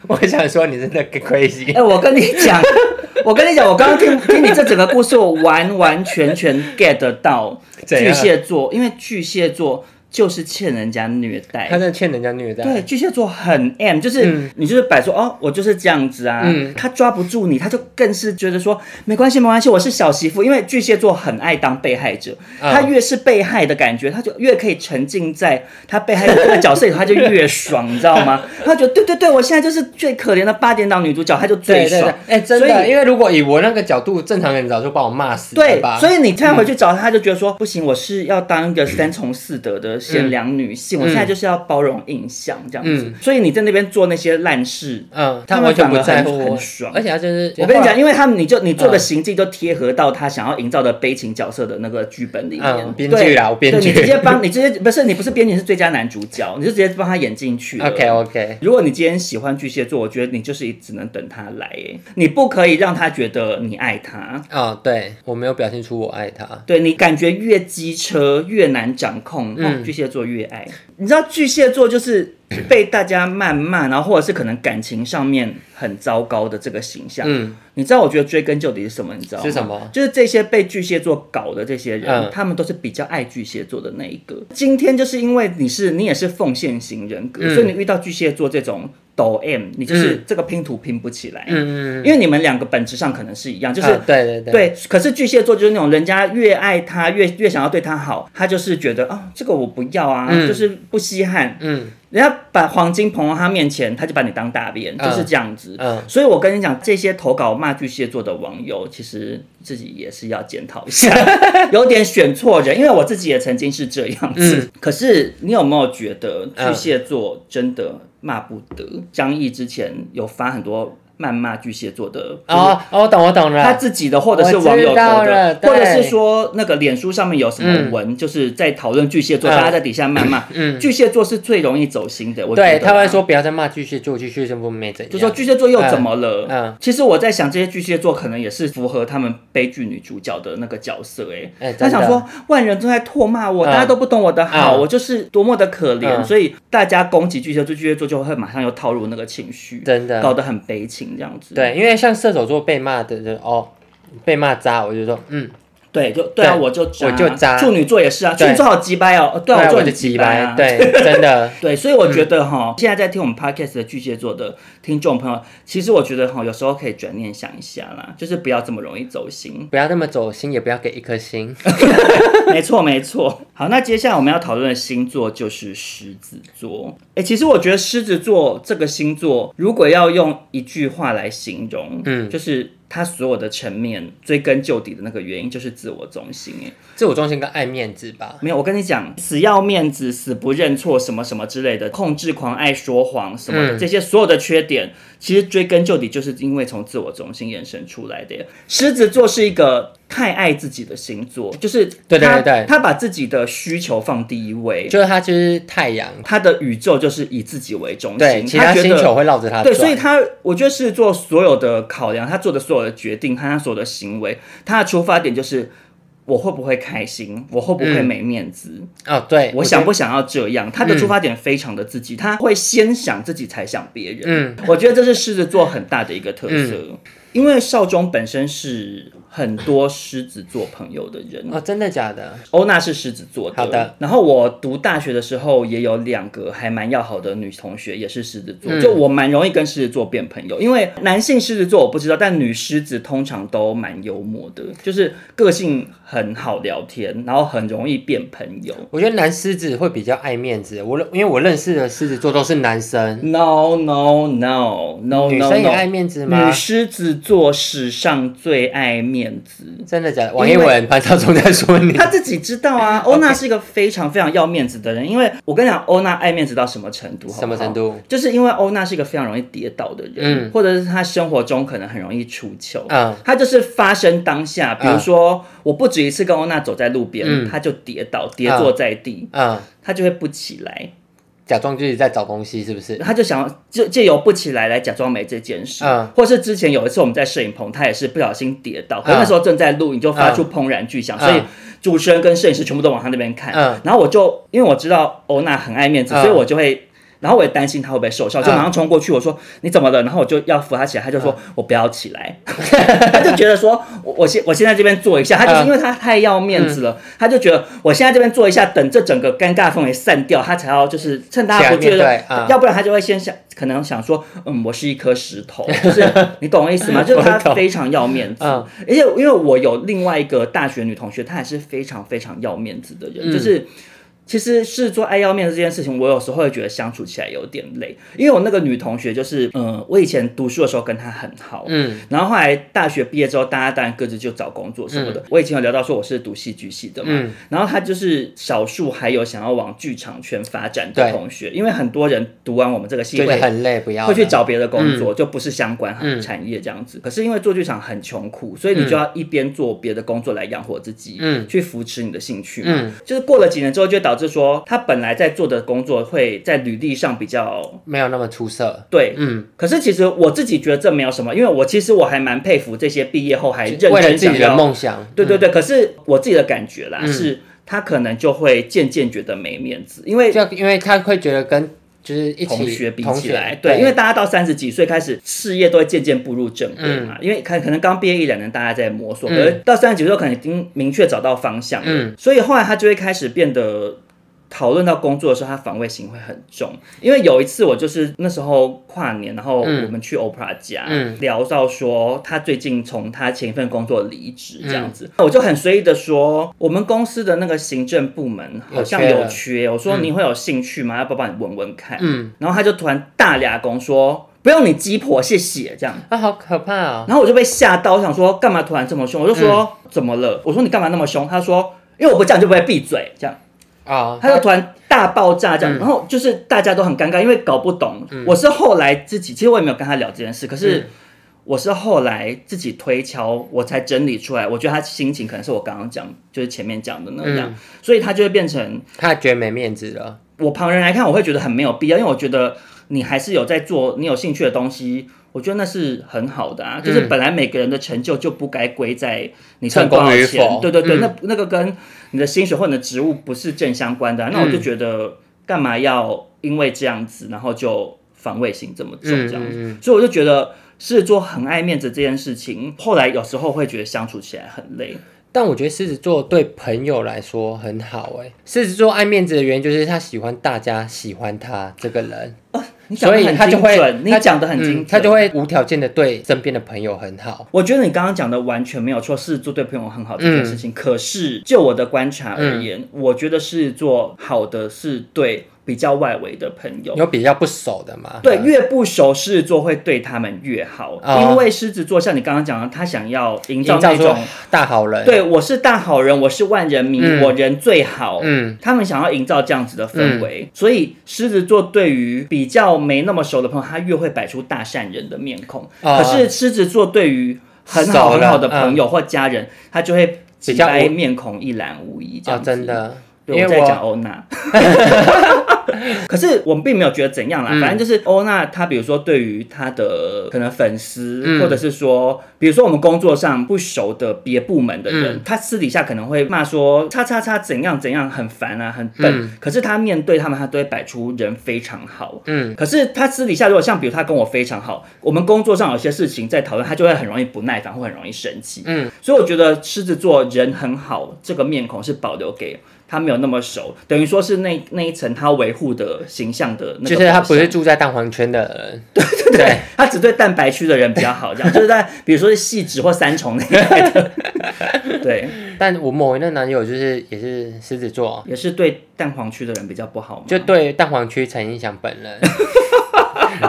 S3: 我想说你真的 crazy，
S2: 哎、 我跟你讲，我跟你讲，我刚刚听听你这整个故事，我完完全全 get 得到
S3: 怎
S2: 巨
S3: 样
S2: 蟹座，因为巨蟹座就是欠人家虐待，
S3: 他真的欠人家虐待。
S2: 对，巨蟹座很 M，就是、
S3: 嗯
S2: 你就是摆说哦，我就是这样子啊，
S3: 嗯
S2: 他抓不住你，他就更是觉得说没关系，没关系，我是小媳妇，因为巨蟹座很爱当被害者，
S3: 嗯
S2: 他越是被害的感觉，他就越可以沉浸在他被害的这个角色里，他就越爽，你知 道吗？他觉得对对对，我现在就是最可怜的八点档女主角，他就最
S3: 对对
S2: 爽。
S3: 对，哎、真
S2: 所
S3: 的，
S2: 以
S3: 因为如果以我那个角度，正常人早就把我骂死了
S2: 对
S3: 吧？，
S2: 所以你突然回去找他，他就觉得说、不行，我是要当一个三从四德的贤良女性，我现在就是要包容印象这样子。
S3: 嗯
S2: 所以你在那边做那些烂事，
S3: 嗯，
S2: 他
S3: 他
S2: 们
S3: 完全不
S2: 反而
S3: 在
S2: 很
S3: 乎我
S2: 很爽
S3: 而且他就是
S2: 我跟你讲，
S3: 为
S2: 因为他们你就你做的
S3: 嗯
S2: 行径就贴合到他想要营造的悲情角色的那个剧本里面
S3: 嗯。编剧啦
S2: 对
S3: 我编剧
S2: 对你直接 帮你直接不是你不是编剧，你是最佳男主角，你就直接帮他演进去了。
S3: OK OK，
S2: 如果你今天喜欢巨蟹座，我觉得你就是只能等他来，哎你不可以让他觉得你爱他。
S3: 啊、对我没有表现出我爱他，
S2: 对你感觉越机车越难掌控，哦
S3: 嗯、
S2: 巨蟹座越爱。你知道巨蟹座就是被大家谩骂，然后或者是可能感情上面很糟糕的这个形象。
S3: 嗯，
S2: 你知道我觉得追根究底是什么？你知道吗
S3: 是什么
S2: 就是这些被巨蟹座搞的这些人，
S3: 嗯
S2: 他们都是比较爱巨蟹座的那一个。今天就是因为你是你也是奉献型人格，
S3: 嗯
S2: 所以你遇到巨蟹座这种抖 M，你就是这个拼图拼不起来。
S3: 嗯嗯嗯，
S2: 因为你们两个本质上可能是一样，就是
S3: 啊对对对，
S2: 对，可是巨蟹座就是那种人家越爱他，越越想要对他好，他就是觉得啊、这个我不要啊，
S3: 嗯
S2: 就是不稀罕。
S3: 嗯
S2: 人家把黄金捧到他面前，他就把你当大便，
S3: 嗯
S2: 就是这样子。
S3: 嗯，
S2: 所以我跟你讲，这些投稿骂巨蟹座的网友，其实自己也是要检讨一下， 有点选错人，因为我自己也曾经是这样子。
S3: 嗯
S2: 可是你有没有觉得
S3: 嗯
S2: 巨蟹座真的骂不得？张译之前有发很多。谩骂巨蟹座的
S3: 哦哦，我懂我懂
S2: 他
S3: 了，
S2: 自己的，或者是
S3: 我
S2: 网友
S3: 知
S2: 投
S3: 道了
S2: 的，
S3: 对
S2: 或者是说那个脸书上面有什么文，就是在讨论巨蟹座，
S3: 嗯
S2: 大家在底下谩骂。
S3: 嗯
S2: 巨蟹座是最容易走心的，我觉得
S3: 对，
S2: 啦
S3: 他会说不要再骂巨蟹座，巨蟹座没怎样，
S2: 就说巨蟹座又怎么了？
S3: 嗯嗯
S2: 其实我在想，这些巨蟹座可能也是符合他们悲剧女主角的那个角色、欸，
S3: 哎真
S2: 他
S3: 的
S2: 想说万人都在唾骂我，
S3: 嗯
S2: 大家都不懂我的好，
S3: 嗯
S2: 我就是多么的可怜，
S3: 嗯
S2: 所以大家攻击巨蟹座，巨蟹座就会马上又套入那个情绪，
S3: 真的
S2: 搞得很悲情这样子。
S3: 对，因为像射手座被骂的人哦，被骂渣，我就说嗯，
S2: 对，就对啊，
S3: 对
S2: 我就渣
S3: 我就渣
S2: 处女座也是啊，处
S3: 对
S2: 女座好鸡掰哦，呃对啊，
S3: 不然
S2: 我
S3: 我
S2: 就
S3: 就
S2: 很
S3: 急
S2: 掰
S3: 白，
S2: 啊，。
S3: 对，嗯真的，
S2: 对，所以我觉得哈，现在在听我们 podcast 的巨蟹座的听众朋友，其实我觉得哈，有时候可以转念想一下啦，就是不要这么容易走心。
S3: 不要那么走心，也不要给一颗心。
S2: 没错，没错。好，那接下来我们要讨论的星座就是狮子座。哎，其实我觉得狮子座这个星座，如果要用一句话来形容，
S3: 嗯
S2: 就是它所有的层面追根究底的那个原因就是自我中心。哎，
S3: 自我中心跟爱面子吧，
S2: 没有，我跟你讲，死要面子，死不认错，什么什么之类的，控制狂，爱说谎，什么的、
S3: 嗯
S2: 这些所有的缺点，其实追根究底就是因为从自我中心衍生出来的耶。狮子座是一个太爱自己的星座，就是
S3: 对对
S2: 他
S3: 对对
S2: 他把自己的需求放第一位，
S3: 就是他就是太阳，
S2: 他的宇宙就是以自己为中心，
S3: 对，其他
S2: 觉
S3: 星
S2: 得
S3: 球会绕着他
S2: 对，
S3: 转
S2: 所以他我觉得是做所有的考量，他做的所有的决定和他所有的行为，他的出发点就是我会不会开心，我会不会
S3: 嗯
S2: 没面子，
S3: 哦，对，觉得
S2: 我
S3: 嗯
S2: 想不想要这样。他的出发点非常的自己，他会先想自己才想别人。
S3: 嗯，
S2: 我觉得这是狮子座很大的一个特色，因为少中本身是很多狮子座朋友的人。
S3: 哦，真的假的？
S2: 欧娜是狮子座的，
S3: 好的。
S2: 然后我读大学的时候，也有两个还蛮要好的女同学，也是狮子座，
S3: 嗯
S2: 就我蛮容易跟狮子座变朋友，因为男性狮子座我不知道，但女狮子通常都蛮幽默的，就是个性很好聊天，然后很容易变朋友。
S3: 我觉得男狮子会比较爱面子，我认因为我认识的狮子座都是男生，
S2: No no no no no，
S3: 女生也爱面子吗
S2: 女狮子座史上最爱面子，
S3: 真的假的？王一 文、潘少忠在说你，
S2: 她自己知道 啊。欧娜是一个非常非常要面子的人，因为我跟你讲，欧娜爱面子到什么程度？好不好
S3: 什么程？度？
S2: 就是因为欧娜是一个非常容易跌倒的人，
S3: 嗯
S2: 或者是她生活中可能很容易出糗，
S3: 嗯
S2: 她就是发生当下，比如
S3: 嗯
S2: 说、我不止一次跟欧娜走在路边，
S3: 嗯
S2: 她就跌倒，跌坐在地，
S3: 嗯，
S2: 她就会不起来，
S3: 假装自己在找东西，是不 是？
S2: 他就想要借借由不起来来假装没这件事，
S3: 嗯
S2: 或是之前有一次我们在摄影棚，他也是不小心跌倒，可
S3: 嗯
S2: 那时候正在录影就发出砰然巨响，
S3: 嗯
S2: 所以主持人跟摄影师全部都往他那边看，
S3: 嗯
S2: 然后我就因为我知道欧娜很爱面子，
S3: 嗯
S2: 所以我就会。然后我也担心他会不会受伤，就
S3: 嗯
S2: 马上冲过去，我说你怎么了？然后我就要扶他起来，他就说我不要起来， 他就觉得说我我现我现在这边坐一下，他就是
S3: 嗯
S2: 因为他太要面子了，他就觉得我现在这边坐一下，等这整个尴尬氛围散掉，他才要就是趁大家不觉
S3: 起来
S2: 得
S3: 面对嗯，
S2: 要不然他就会先想，可能想说，嗯，我是一颗石头，就是你懂我意 思吗？就是他
S3: 我懂
S2: 非常要面子，
S3: 嗯
S2: 而且因为我有另外一个大学女同学，她也是非常非常要面子的人，
S3: 嗯
S2: 就是。其实是做爱要面子这件事情，我有时候会觉得相处起来有点累，因为我那个女同学就是，嗯、我以前读书的时候跟她很好，
S3: 嗯
S2: 然后后来大学毕业之后，大家当然各自就找工作什么的。我以前有聊到说我是读戏剧系的嘛，
S3: 嗯
S2: 然后他就是少数还有想要往剧场圈发展的
S3: 对
S2: 同学，因为很多人读完我们这个系
S3: 觉得
S2: 会。
S3: 很累，不要了
S2: 会去找别的工作，就不是相关行
S3: 嗯
S2: 产业这样子。可是因为做剧场很穷苦，所以你就要一边做别的工作来养活自己，
S3: 嗯
S2: 去扶持你的兴趣嘛。
S3: 嗯
S2: 就是过了几年之后，就会导致说他本来在做的工作会在履历上比较
S3: 没有那么出色。
S2: 对，
S3: 嗯，
S2: 可是其实我自己觉得这没有什么，因为我其实我还蛮佩服这些毕业后还认
S3: 为了
S2: 真
S3: 自
S2: 想
S3: 己的
S2: 要，
S3: 梦想，
S2: 对对
S3: 嗯，
S2: 对。可是我自己的感觉啦，
S3: 嗯
S2: 是他可能就会渐渐觉得没面子，因为。
S3: 就因为他会觉得跟就是一起
S2: 同学比
S3: 同
S2: 起
S3: 学
S2: 来，对，因为大家到三十几岁开始事业都会渐渐步入正轨
S3: 嗯
S2: 嘛，因为可可能刚毕业一两年，大家在摸索，可是到三十几岁可能已经明确找到方向了，
S3: 嗯
S2: 所以后来他就会开始变得讨论到工作的时候，他防卫心会很重。因为有一次我就是那时候跨年，然后我
S3: 嗯
S2: 们去 OPRA 家、
S3: 嗯
S2: 聊到说，他最近从他前一份工作离职
S3: 嗯
S2: 这样子，我就很随意的说，我们公司的那个行政部门好像
S3: 有缺
S2: 有
S3: 了
S2: 缺，我说你会有兴趣吗？要不要帮你闻闻看？
S3: 嗯，
S2: 然后他就突然大俩工说。不用你鸡婆，谢谢这样。
S3: 啊，好可怕哦。
S2: 然后我就被吓到，我想说干嘛突然这么凶？我就说、怎么了？我说你干嘛那么凶？他说因为我不这样就不会闭嘴这样。
S3: 啊，
S2: 他就突然大爆炸这样，然
S3: 嗯
S2: 后就是大家都很尴尬，因为搞不懂。我是后来自己，其实我也没有跟他聊这件事，可是我是后来自己推敲，我才整理出来。我觉得他心情可能是我刚刚讲，就是前面讲的那样，所以他就会变成
S3: 他觉得没面子了，
S2: 我旁人来看，我会觉得很没有必要，因为我觉得你还是有在做你有兴趣的东西，我觉得那是很好的
S3: 嗯
S2: 啊。就是本来每个人的成就就不该归在你赚多少
S3: 成功与
S2: 钱，
S3: 否
S2: 对对对，
S3: 嗯
S2: 那那个跟你的薪水或你的职务不是正相关的啊、那
S3: 嗯
S2: 我就觉得干嘛要因为这样子，然后就防卫心这么重这样子，
S3: 嗯嗯
S2: 所以我就觉得。狮子座很爱面子这件事情，后来有时候会觉得相处起来很累。
S3: 但我觉得狮子座对朋友来说很好哎、狮子座爱面子的原因就是他喜欢大家喜欢他这个人，
S2: 你讲
S3: 所
S2: 的
S3: 以
S2: 很
S3: 他就
S2: 精
S3: 会
S2: 准，你讲的很
S3: 嗯
S2: 精准，
S3: 他就会无条件的对身边的朋友很好。
S2: 我觉得你刚刚讲的完全没有错，狮子座对朋友很好这件
S3: 嗯
S2: 事情。可是就我的观察而言，我觉得狮子座好的是对比较外围的朋友。
S3: 有比较不熟的嘛？
S2: 对，
S3: 嗯
S2: 越不熟狮子座会对他们越好，
S3: 哦
S2: 因为狮子座像你刚刚讲的，他想要营
S3: 营
S2: 造
S3: 造
S2: 那
S3: 出
S2: 种
S3: 大好人。，
S2: 对我是大好人，我是万人迷，
S3: 嗯
S2: 我人最好。
S3: 嗯，
S2: 他们想要营造这样子的氛围，所以狮子座对于比较没那么熟的朋友，他越会摆出大善人的面孔。
S3: 哦
S2: 可是狮子座对于很好
S3: 熟
S2: 很
S3: 了嗯
S2: 好的朋友或家人，他就会
S3: 比
S2: 比
S3: 较
S2: 较
S3: 无
S2: 面孔一览无遗这
S3: 啊、
S2: 样
S3: 哦，
S2: 子。
S3: 真，的，因
S2: 对，我
S3: 为
S2: 在讲
S3: 我
S2: 欧娜。 可是我们并没有觉得怎样啦，
S3: 嗯
S2: 反正就是欧娜她，比如说对于她的可能粉丝，
S3: 嗯
S2: 或者是说，比如说我们工作上不熟的别部门的人，
S3: 嗯
S2: 她私底下可能会骂说“叉叉叉怎样怎样很烦啊，很笨”
S3: 嗯
S2: 可是她面对他们，她都会摆出人非常好。
S3: 嗯，
S2: 可是她私底下，如果像比如她跟我非常好，我们工作上有些事情在讨论，她就会很容易不耐烦，会很容易生气。
S3: 嗯，
S2: 所以我觉得狮子座人很好，这个面孔是保留给他没有那么熟，等于说是那那一层他维护的形象的那个。
S3: 就是他不是，住在蛋黄圈的人。对对
S2: 对，他只对蛋白区的人比较好，这 样就是在比如说是细致或三重那一类的，对，
S3: 但我某一任男友就是也是狮子座，
S2: 也是对蛋黄区的人比较不好嘛。
S3: 就对蛋黄区陈映祥本人，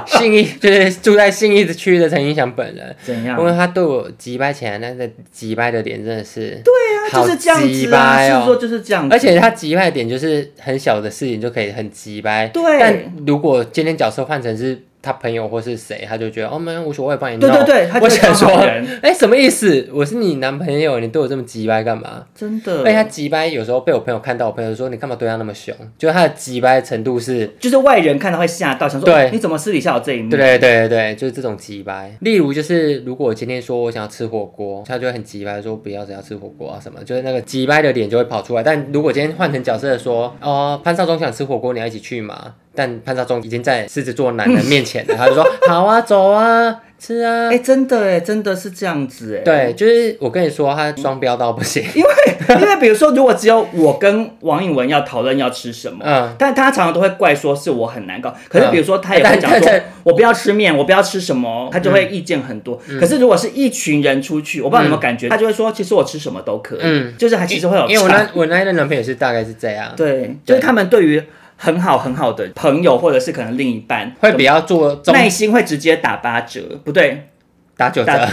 S3: 信义就是住在信义区的陈映祥本人。
S2: 怎样
S3: 因？为他对我急掰起来，那个急掰的脸真的是对啊
S2: 就是这样子啊，狮子座就是这样子，
S3: 哦而且他急败点就是很小的事情就可以很急掰，
S2: 对
S3: 但如果今天角色换成是他朋友或是谁，他就觉得哦，没有无所谓，帮你弄。
S2: 对对对他就
S3: 我
S2: 会
S3: 想
S2: 当好
S3: 说
S2: 人，
S3: 哎，什么意思？我是你男朋友，你对我这么急掰干嘛？
S2: 真的
S3: 而且他急掰有时候被我朋友看到，我朋友说你干嘛对他那么凶？就是他的急掰程度是。
S2: 就是外人看到会吓到，想说
S3: 对
S2: 哦你怎么私底下有这一面？
S3: 对对对对对，就是这种急掰。例如，就是如果我今天说我想要吃火锅，他就会很急掰说不要只要吃火锅啊什么，就是那个急掰的脸就会跑出来。但如果今天换成角色说，哦，潘少忠想吃火锅，你要一起去嘛？但潘少忠已经在狮子座男人面前了，他 就说好啊，走啊，吃啊。
S2: 哎、真的哎，真的是这样子哎。
S3: 对，就是我跟你说，他双标到不行。
S2: 因为 因为比如说，如果只有我跟王颖文要讨论要吃什么，
S3: 嗯
S2: 但他常常都会怪说是我很难搞。可是比如说，他也会
S3: 但
S2: 讲说
S3: 但，嗯
S2: 我不要吃面，我不要吃什么，他就会意见很多。可是如果是一群人出去，我不知道你有没有感觉，他就会说，其实我吃什么都可以，
S3: 嗯
S2: 就是还其实会有
S3: 因为我
S2: 差
S3: 那。我那一任男朋友是大概是这样，
S2: 对，就是他们对于很好很好的朋友，或者是可能另一半，
S3: 会比较做中
S2: 耐心会直接打八折，不对，
S3: 打九折
S2: 打，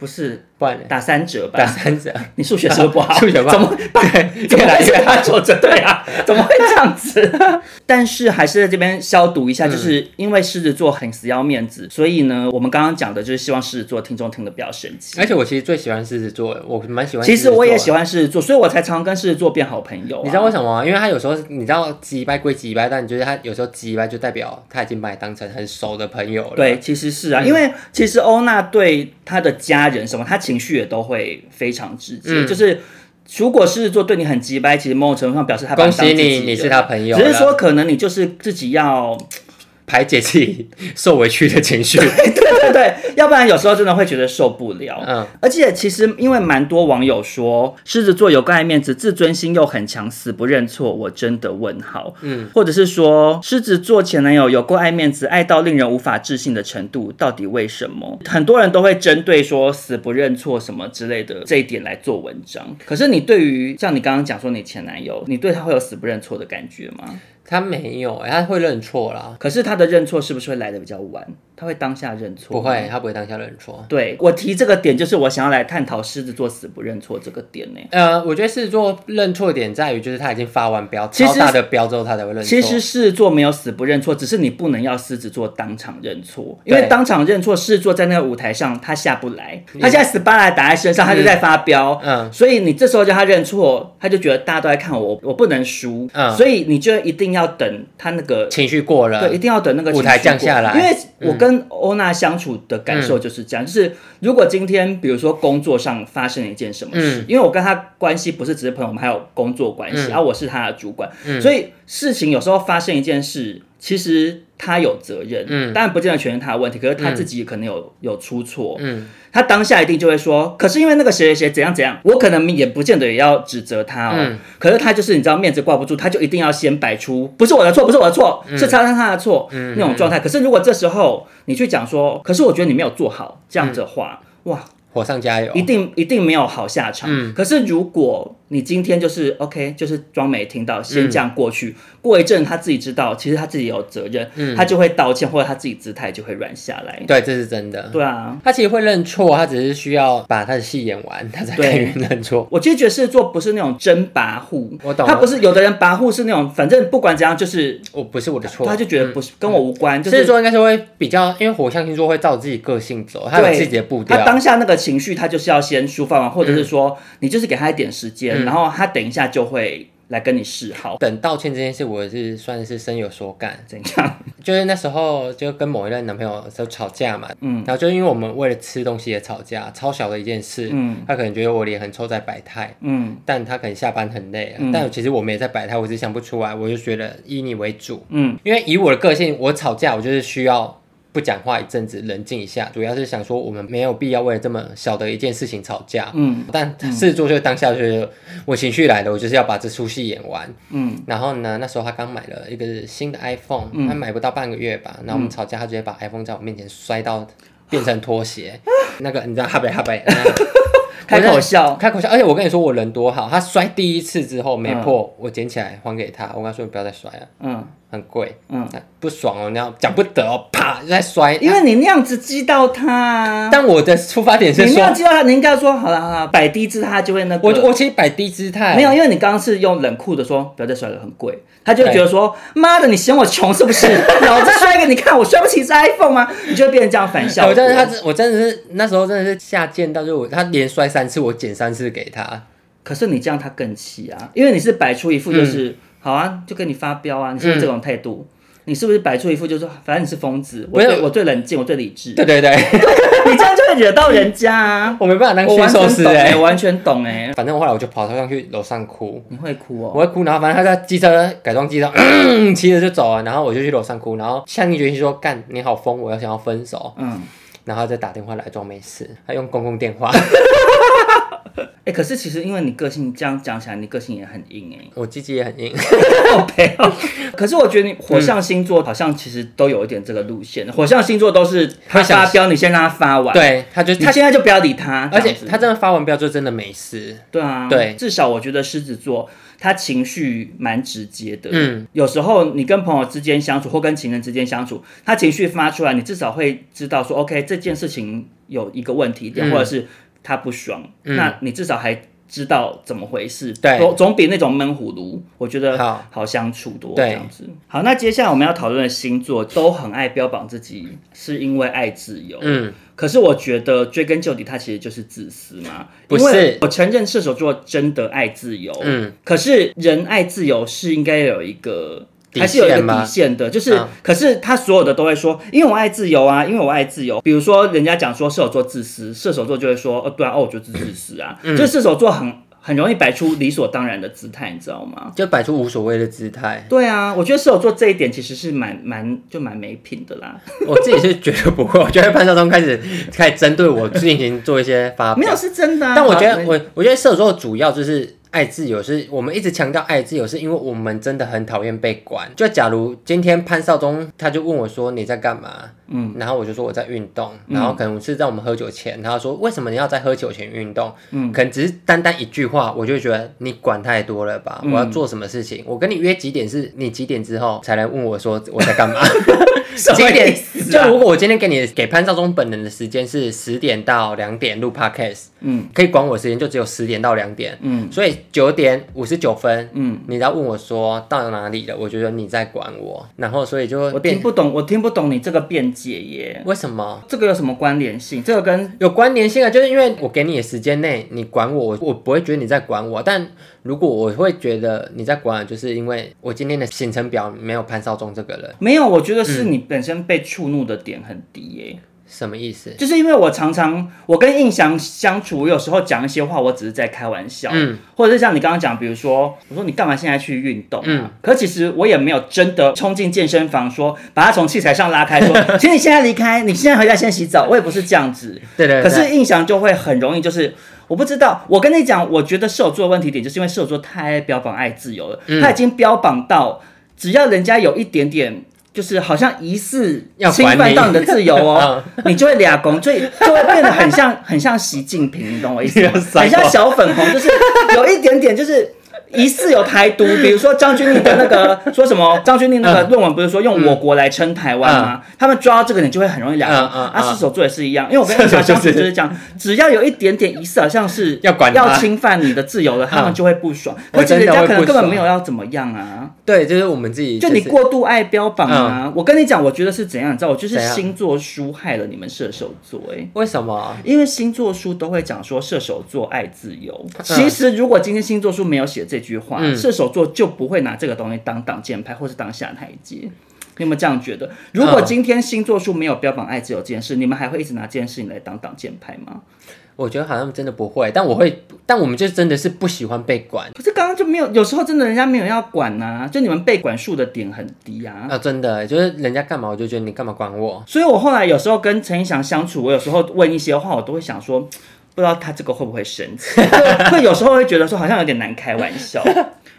S2: 不是
S3: 不 然呢
S2: 打欸三折吧？
S3: 打三折。
S2: 你数学是不是不好？
S3: 数学不好
S2: 怎么会
S3: 对
S2: 怎么
S3: 越来
S2: 会
S3: 越
S2: 是他作者？对啊，怎么会这样子？ 但是还是在这边消毒一下，
S3: 嗯
S2: 就是因为狮子座很死要面子，所以呢，我们刚刚讲的就是希望狮子座听众听得不要生气
S3: 而。且我其实最喜欢狮子座的，我蛮喜欢。
S2: 其实我也喜
S3: 欢。
S2: 欢狮子座，所以我才常跟狮子座变好朋友、
S3: 啊
S2: 啊
S3: 你知道为
S2: 么？
S3: 什么吗？因为他有时候你知道击败归击败，但你觉得他有时候击败就代表他已经把你当成很熟的朋友了。
S2: 对，，其实是啊，
S3: 嗯
S2: 因为其实欧娜对她的家人什么，她情绪也都会非常直接，
S3: 嗯
S2: 就是。如果狮子座对你很急掰，其实某种程度上表示他
S3: 恭
S2: 把当
S3: 喜
S2: 自己
S3: 你，你
S2: 人
S3: 是他朋友了。
S2: 只是说可能你就是自己要
S3: 排解自己 受委屈的情绪。
S2: 对对对，要不然有时候真的会觉得受不了。
S3: 嗯
S2: 而且其实因为蛮多网友说狮子座有个爱面子，自尊心又很强，死不认错，我真的问号。嗯，或者是说狮子座前男友有过爱面子，爱到令人无法置信的程度，到底为什么？很多人都会针对说死不认错什么之类的这一点来做文章。可是你对于像你刚刚讲说你前男友，你对他会有死不认错的感觉吗？
S3: 他没有、欸，他会认错啦，
S2: 可是他的认错是不是会来的比较晚？他会当下认错？嗯
S3: 不会，。他不会当下认错。
S2: 对我提这个点，就是我想要来探讨狮子座死不认错这个点呢、
S3: 呃，我觉得狮子座认错点在于，就是他已经发完飙，
S2: 其实
S3: 超大的飙之后，他才会认错。
S2: 其实狮子座没有死不认错，只是你不能要狮子座当场认错，因为
S3: 对
S2: 当场认错，狮子座在那个舞台上他下不来，他现在死巴拉打在身上，他就在发飙，
S3: 嗯
S2: 所以你这时候叫他认错，他就觉得大家都在看我，我不能输，
S3: 嗯
S2: 所以你就一定要等他那个。
S3: 情绪过了，
S2: 对，一定要等那个
S3: 舞台
S2: 情绪过
S3: 降下来嗯
S2: 因为我跟欧娜相处的感受就是这样，就是如果今天比如说工作上发生了一件什么事，
S3: 嗯
S2: 因为我跟他关系不是只是朋友，我们还有工作关系，
S3: 嗯
S2: 然后我是他的主管，所以事情有时候发生一件事，其实他有责任，
S3: 嗯
S2: 当然不见得全是他的问题，可是他自己可能有、有出错，
S3: 嗯，
S2: 他当下一定就会说，可是因为那个谁谁谁怎样怎样，我可能也不见得也要指责他哦。
S3: 嗯
S2: 可是他就是你知道面子挂不住，他就一定要先摆出不是我的错，不是我的错，
S3: 嗯
S2: 是他他他的错、那种状态。可是如果这时候你去讲说，可是我觉得你没有做好这样
S3: 嗯
S2: 子的话，哇，
S3: 火上加油
S2: 一。定一定没有好下场。
S3: 嗯
S2: 可是如果你今天就是 OK，就是装没听到，
S3: 嗯
S2: 先这样过去，过一阵他自己知道，其实他自己有责任，他就会道歉，或者他自己姿态就会软下来。
S3: 嗯对，这是真的。
S2: 对啊，
S3: 他其实会认错，他只是需要把他的戏演完，他才
S2: 对
S3: 敢认错。
S2: 我其实觉得狮子座不是那种真跋扈，
S3: 我懂
S2: 他不是有的人跋扈是那种，反正不管怎样就是
S3: 我不是我的错，
S2: 他就觉得不是、跟我无嗯关，就
S3: 狮子
S2: 是
S3: 座应该是会比较，因为火象星座会照自己个性走，他有
S2: 对
S3: 自己的步调。嗯
S2: 他当下那个情绪，他就是要先抒发完，或者是说、你就是给他一点时间，然后他等一下就会来跟你示好，
S3: 等道歉这件事，我是算是深有所感。
S2: 怎样？
S3: 就是那时候就跟某一任男朋友就吵架嘛，嗯，然后就因为我们为了吃东西也吵架，超小的一件事，
S2: 嗯
S3: 他可能觉得我脸很臭在摆态，
S2: 嗯
S3: 但他可能下班很累啊，
S2: 嗯
S3: 但其实我们也在摆态，我只是想不出来，我就觉得以你为主，
S2: 嗯
S3: 因为以我的个性，我吵架我就是需要不讲话一阵子，冷静一下，主要是想说我们没有必要为了这么小的一件事情吵架，
S2: 嗯
S3: 但狮子座就当下就是我情绪来了，我就是要把这出戏演完。
S2: 嗯
S3: 然后呢，那时候他刚买了一个新的 iPhone，、他买不到半个月吧，然后我们吵架，他直接把 iPhone 在我面前摔到变成拖鞋，那个你知道哈北哈 北，那个
S2: 嗯开口
S3: 我在
S2: 笑
S3: 开口笑，而且我跟你说我人多好，他摔第一次之后没破，我捡起来还给他，我跟他说你不要再摔了，
S2: 嗯
S3: 很贵，
S2: 嗯，
S3: 不爽哦，你要讲不得哦，啪就在摔，
S2: 因为你那样子激到他啊，
S3: 但我的出发点是
S2: 你那
S3: 说
S2: 样，激到他，你应该说好了好了，摆低姿态他就会那个。
S3: 我我其实摆低姿态，
S2: 没有，因为你刚刚是用冷酷的说不要再摔了，很贵，他就会觉得说妈的，你嫌我穷是不 是？老子摔给你看，我摔不起这 iPhone 吗？你就会变成这样反效
S3: 我
S2: 果。
S3: 真的，他是我真的是那时候真的是下贱到，就是我他连摔三次，我捡三次给他。
S2: 可是你这样他更气啊，因为你是摆出一副就是、好啊，就跟你发飙啊，你是不是这种态度？你是不是摆出一副就是反正你是疯子，我
S3: 没有
S2: 最我最冷静，我最理智，
S3: 对对对，
S2: 你这样就会惹到人家啊。
S3: 我没办法当
S2: 我
S3: 驯
S2: 完
S3: 兽
S2: 全
S3: 师
S2: 懂
S3: 哎、
S2: 欸，我完全懂哎、
S3: 反正我后来我就跑上去楼上哭，
S2: 你会哭
S3: 我
S2: 哦。
S3: 会哭，然后反正他在机车改装机 车，嗯骑着就走了，然后我就去楼上哭，然后下定决心说干你好疯，我要想要分手，
S2: 嗯，
S3: 然后他再打电话来装没事，他用公共电话，
S2: 哎、可是其实因为你个性这样讲起来，你个性也很硬哎、
S3: 我鸡鸡也很硬，
S2: 好配哦。可是我觉得你火象星座好像其实都有一点这个路线，火象星座都是他
S3: 会想
S2: 发飙，你先让他发完，，
S3: 嗯对，他就
S2: 你
S3: 他，
S2: 现在就不要理他，
S3: 而
S2: 这
S3: 且
S2: 样子
S3: 他真的发完飙就真的没事，
S2: 对啊，
S3: 对
S2: 至少我觉得狮子座他情绪蛮直接的，
S3: 嗯，
S2: 有时候你跟朋友之间相处或跟情人之间相处，他情绪发出来，你至少会知道说，OK，这件事情有一个问题
S3: 嗯
S2: 点，或者是他不爽，
S3: 嗯
S2: 那你至少还。知道怎么回事，
S3: 对
S2: 总总比那种闷葫芦，我觉得
S3: 好
S2: 好相处多。
S3: 对
S2: 这样子。好，那接下来我们要讨论的星座都很爱标榜自己是因为爱自由，
S3: 嗯，
S2: 可是我觉得追根究底，他其实就是自私嘛。
S3: 不是
S2: 因为我承认射手座真的爱自由，
S3: 嗯，
S2: 可是人爱自由是应该有一个。
S3: 底
S2: 还是有一个
S3: 线吗
S2: 底线的，就是，
S3: 嗯
S2: 可是他所有的都会说，因为我爱自由啊，因为我爱自由。比如说，人家讲说射手座自私，射手座就会说，哦，对啊，哦，我就是自私啊，
S3: 嗯
S2: 就射手座很很容易摆出理所当然的姿态，你知道吗？
S3: 就摆出无所谓的姿态，
S2: 对啊，我觉得射手座这一点其实是蛮蛮就蛮没品的啦。
S3: 我自己是绝对不会，我觉得潘少忠开始开始针对我进行做一些发表，
S2: 没有是真的、啊，
S3: 但我觉得
S2: 好
S3: 我我觉得射手座主要就是爱自由是我们一直强调爱自由，是因为我们真的很讨厌被管。就假如今天潘少忠他就问我说你在干嘛，
S2: 嗯
S3: 然后我就说我在运动，然后可能是在我们喝酒前，他说为什么你要在喝酒前运动？
S2: 嗯，
S3: 可能只是单单一句话，我就觉得你管太多了吧？
S2: 嗯
S3: 我要做什么事情？我跟你约几点是，你几点之后才来问我说 我在干 嘛？几点？
S2: 啊
S3: 就如果我今天给你给潘少忠本人的时间是十点到两点录 podcast，
S2: 嗯
S3: 可以管我时间就只有十点到两点，
S2: 嗯
S3: 所以九点五十九分。
S2: 嗯，
S3: 你要问我说到哪里了，我觉得你在管我，然后所以就
S2: 我听
S3: 变
S2: 不懂，我听不懂你这个辩解耶，
S3: 为什么？
S2: 这个有什么关联性？这个跟
S3: 有关联性啊，就是因为我给你的时间内，你管我，我我不会觉得你在管我。但如果我会觉得你在管我，就是因为我今天的行程表没有潘少忠这个人，
S2: 没有，我觉得是你
S3: 嗯
S2: 本身被触怒的点很低耶，
S3: 什么意思？
S2: 就是因为我常常我跟印象相处，我有时候讲一些话，我只是在开玩笑，
S3: 嗯，
S2: 或者是像你刚刚讲，比如说我说你干嘛现在去运动啊？
S3: 嗯
S2: 可其实我也没有真的冲进健身房说把他从器材上拉开说， 请你现在离开，你现在回家先洗澡，我也不是这样子。
S3: 对对对。
S2: 可是印象就会很容易就是。我不知道，我跟你讲，我觉得射手座的问题点就是因为射手座太标榜爱自由了，
S3: 嗯
S2: 他已经标榜到只要人家有一点点。就是好像疑似
S3: 要
S2: 侵
S3: 管
S2: 犯
S3: 你
S2: 到你的自由哦， 你就会俩拱，所以就会变得很像 很像习近平，你懂我意思吗
S3: 你要？塞我
S2: 很像小粉红，就是有一点点就是疑似有台独，比如说张钧甯的那个说什么，张钧甯那个论文不是说用我国来称台湾吗？他们抓到这个，你就会很容易俩拱。
S3: 嗯嗯
S2: 啊，
S3: 嗯
S2: 射手座也是一样，因为我跟印象相处就是这样，只要有一点点疑似好像是
S3: 要管他啊
S2: 要侵犯你的自由了，他们就会不爽。
S3: 我
S2: 而且
S3: 真的
S2: 人家
S3: 会
S2: 可能
S3: 不
S2: 根本
S3: 爽
S2: 没有要怎么样啊。
S3: 对，就是我们自己、
S2: 就是你过度爱标榜啊！我跟你讲，我觉得是怎样，你知道，我就是
S3: 怎样
S2: 星座书害了你们射手座哎、
S3: 为什么？
S2: 因为星座书都会讲说射手座爱自由。其实如果今天星座书没有写这句话，
S3: 嗯
S2: 射手座就不会拿这个东西当挡箭牌或是当下台阶。你有没有这样觉得？如
S3: 嗯
S2: 果今天星座书没有标榜爱自由这件事，你们还会一直拿这件事情来当挡箭牌吗？
S3: 我觉得好像真的不会，但我会，但我们就真的是不喜欢被管
S2: 可是刚刚就没有，有时候真的人家没有要管呐、就你们被管束的点很低啊。
S3: 啊，真的就是人家干嘛我就觉得你干嘛管我，
S2: 所以我后来有时候跟陈意翔相处，我有时候问一些话，我都会想说，不知道他这个会不会生气， 会会有时候会觉得说好像有点难开玩笑。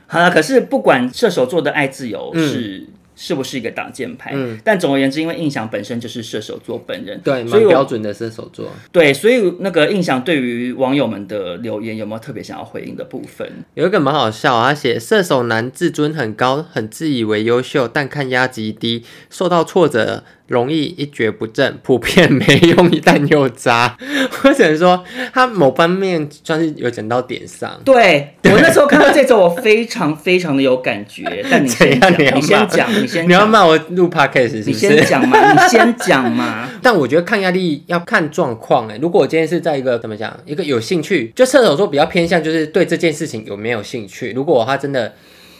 S2: 好了，可是不管射手座的爱自由是。是不是一个挡箭牌？
S3: 嗯
S2: 但总而言之，因为印象本身就是射手座本人，
S3: 对，
S2: 所
S3: 蛮
S2: 以
S3: 标
S2: 我
S3: 准的射手座。
S2: 对，所以那个印象对于网友们的留言有没有特别想要回应的部分？
S3: 有一个蛮好笑啊，他写射手男自尊很高，很自以为优秀，但看压极低，受到挫折容易一蹶不振，普遍没用，但又渣。 我只能说，他某方面算是有讲到点上。
S2: 对我那时候看到这首，我非常非常的有 感觉。但你先
S3: 怎样，
S2: 讲
S3: 你要
S2: 你先
S3: 骂
S2: 讲，你先
S3: 你要
S2: 讲
S3: 骂我录 podcast 是
S2: 你
S3: 不
S2: 先
S3: 是？
S2: 讲嘛，你先讲嘛。
S3: 但我觉得抗压力要看状况哎。如果我今天是在一个怎么讲，一个有兴趣，就射手座比较偏向就是对这件事情有没有兴趣。如果他真的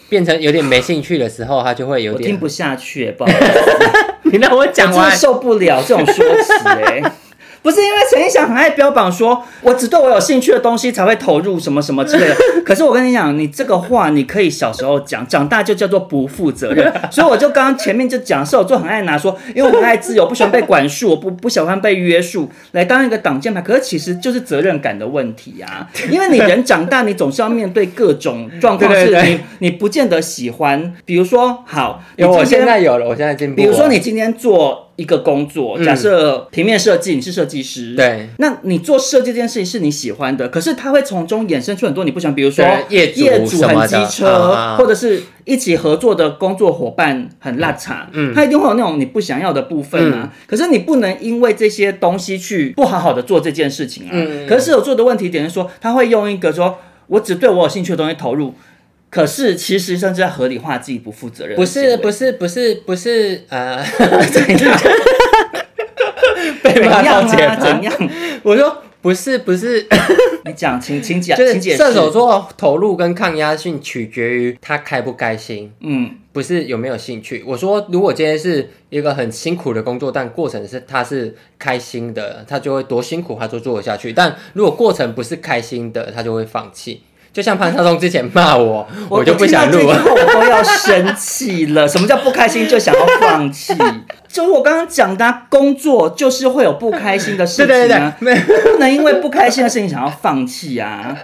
S3: 变成有点没兴趣的时候，他就会 有
S2: 我
S3: 点
S2: 听不下去，不好意思，
S3: 你让我
S2: 我
S3: 讲
S2: 真的
S3: 完。
S2: 受不了这种说辞哎、 不是因为陈意翔很爱标榜说，我只对我有兴趣的东西才会投入什么什么之 类的。可是我跟你讲，你这个话你可以小时候讲，长大就叫做不负责任。所以我就刚刚前面就讲，射手座很爱拿说，因为我很爱自由，不喜欢被管束，我不不喜欢被约束，来当一个挡箭牌。可是其实就是责任感的问题啊，因为你人长大，你总是要面对各种状况，
S3: 对
S2: 是
S3: 对对
S2: 你你不见得喜欢。比如说，好，你
S3: 有，我
S2: 今天
S3: 现在有了，我现在进步了。
S2: 比如说你今天做一个工作，假设平面设计，你是设计师，，
S3: 嗯对
S2: 那你做设计这件事情是你喜欢的，可是它会从中衍生出很多你不喜欢，比如说
S3: 对业主
S2: 主
S3: 什
S2: 很
S3: 么的
S2: 机
S3: 啊
S2: 车
S3: 啊，
S2: 或者是一起合作的工作伙伴很邋遢，嗯，他一定会有那种你不想要的部分
S3: 嗯
S2: 啊。可是你不能因为这些东西去不好好的做这件事情啊。
S3: 嗯
S2: 可是射手座的问题点是说，他会用一个说我只对我有兴趣的东西投入。可是，其实甚至在合理化自己不负责任
S3: 不
S2: 的行为。
S3: 是不是不是不是 呃，
S2: 怎样？
S3: 被
S2: 怎
S3: 骂
S2: 样
S3: 到解
S2: 啊？
S3: 吗
S2: 怎样？
S3: 我说不是不 是，
S2: 你讲，请请讲，
S3: 就
S2: 请
S3: 是
S2: 解释。
S3: 射手，座投入跟抗压性取决于他开不开心，
S2: 嗯
S3: 不是有没有兴趣。我说如果今天是一个很辛苦的工作，但过程是他是开心的，他就会多辛苦他就做得下去。但如果过程不是开心的，他就会放弃。就像潘少忠之前骂我， 我就不想录
S2: 我
S3: 了。
S2: 听到这句话我都要生气了。什么叫不开心就想要放弃？就是我刚刚讲的啊、工作就是会有不开心的 事
S3: 对对
S2: 情
S3: 对
S2: 啊，
S3: 对，没
S2: 不能因为不开心的事情想要放弃啊，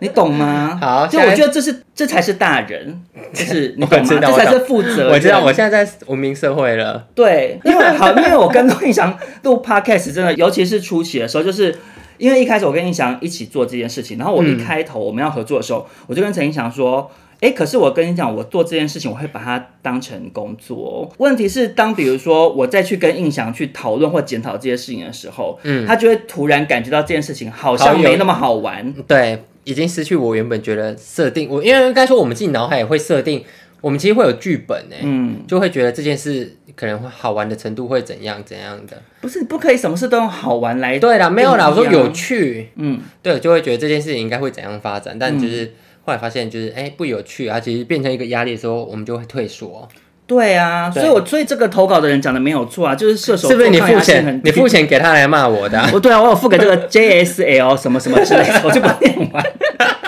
S2: 你懂吗？
S3: 好
S2: 就
S3: 下一
S2: 我觉得这是这才是大人，就是你
S3: 我
S2: 懂吗？
S3: 知道
S2: 这
S3: 我
S2: 才是
S3: 懂
S2: 负责任。
S3: 我知道，我现在在文明社会了，
S2: 对，因为好，因为我跟陆印翔录 podcast 真的，尤其是初期的时候，就是因为一开始我跟印翔一起做这件事情，然后我一开头我们要合作的时候，我就跟陈印翔说。哎，可是我跟你讲，我做这件事情，我会把它当成工作。问题是，当比如说我再去跟印翔去讨论或检讨这些事情的时候，嗯，他就会突然感觉到这件事情好
S3: 好
S2: 像
S3: 有
S2: 没那么好玩，
S3: 对，已经失去我原本觉得设定，我因为应该说我们自己脑海也会设定，我们其实会有剧本呢、欸
S2: 嗯，
S3: 就会觉得这件事可能会好玩的程度会怎样怎样的。
S2: 不是不可以什么事都用好玩来、啊
S3: 对啦，没有啦，我说有，趣，啊
S2: 嗯，
S3: 对，就会觉得这件事情应该会怎样发展，但就是后来发现就是哎、不有趣啊，其实变成一个压力的时候，我们就会退缩，
S2: 对啊，所以我所以这个投稿的人讲的没有错啊，就是射手
S3: 是不是？你
S2: 座抗
S3: 付
S2: 压性很
S3: 钱，
S2: 低
S3: 你付钱给他来骂我的啊、
S2: 我对啊，我有付给这个 JSL 什么什么之类的，我就不念 完。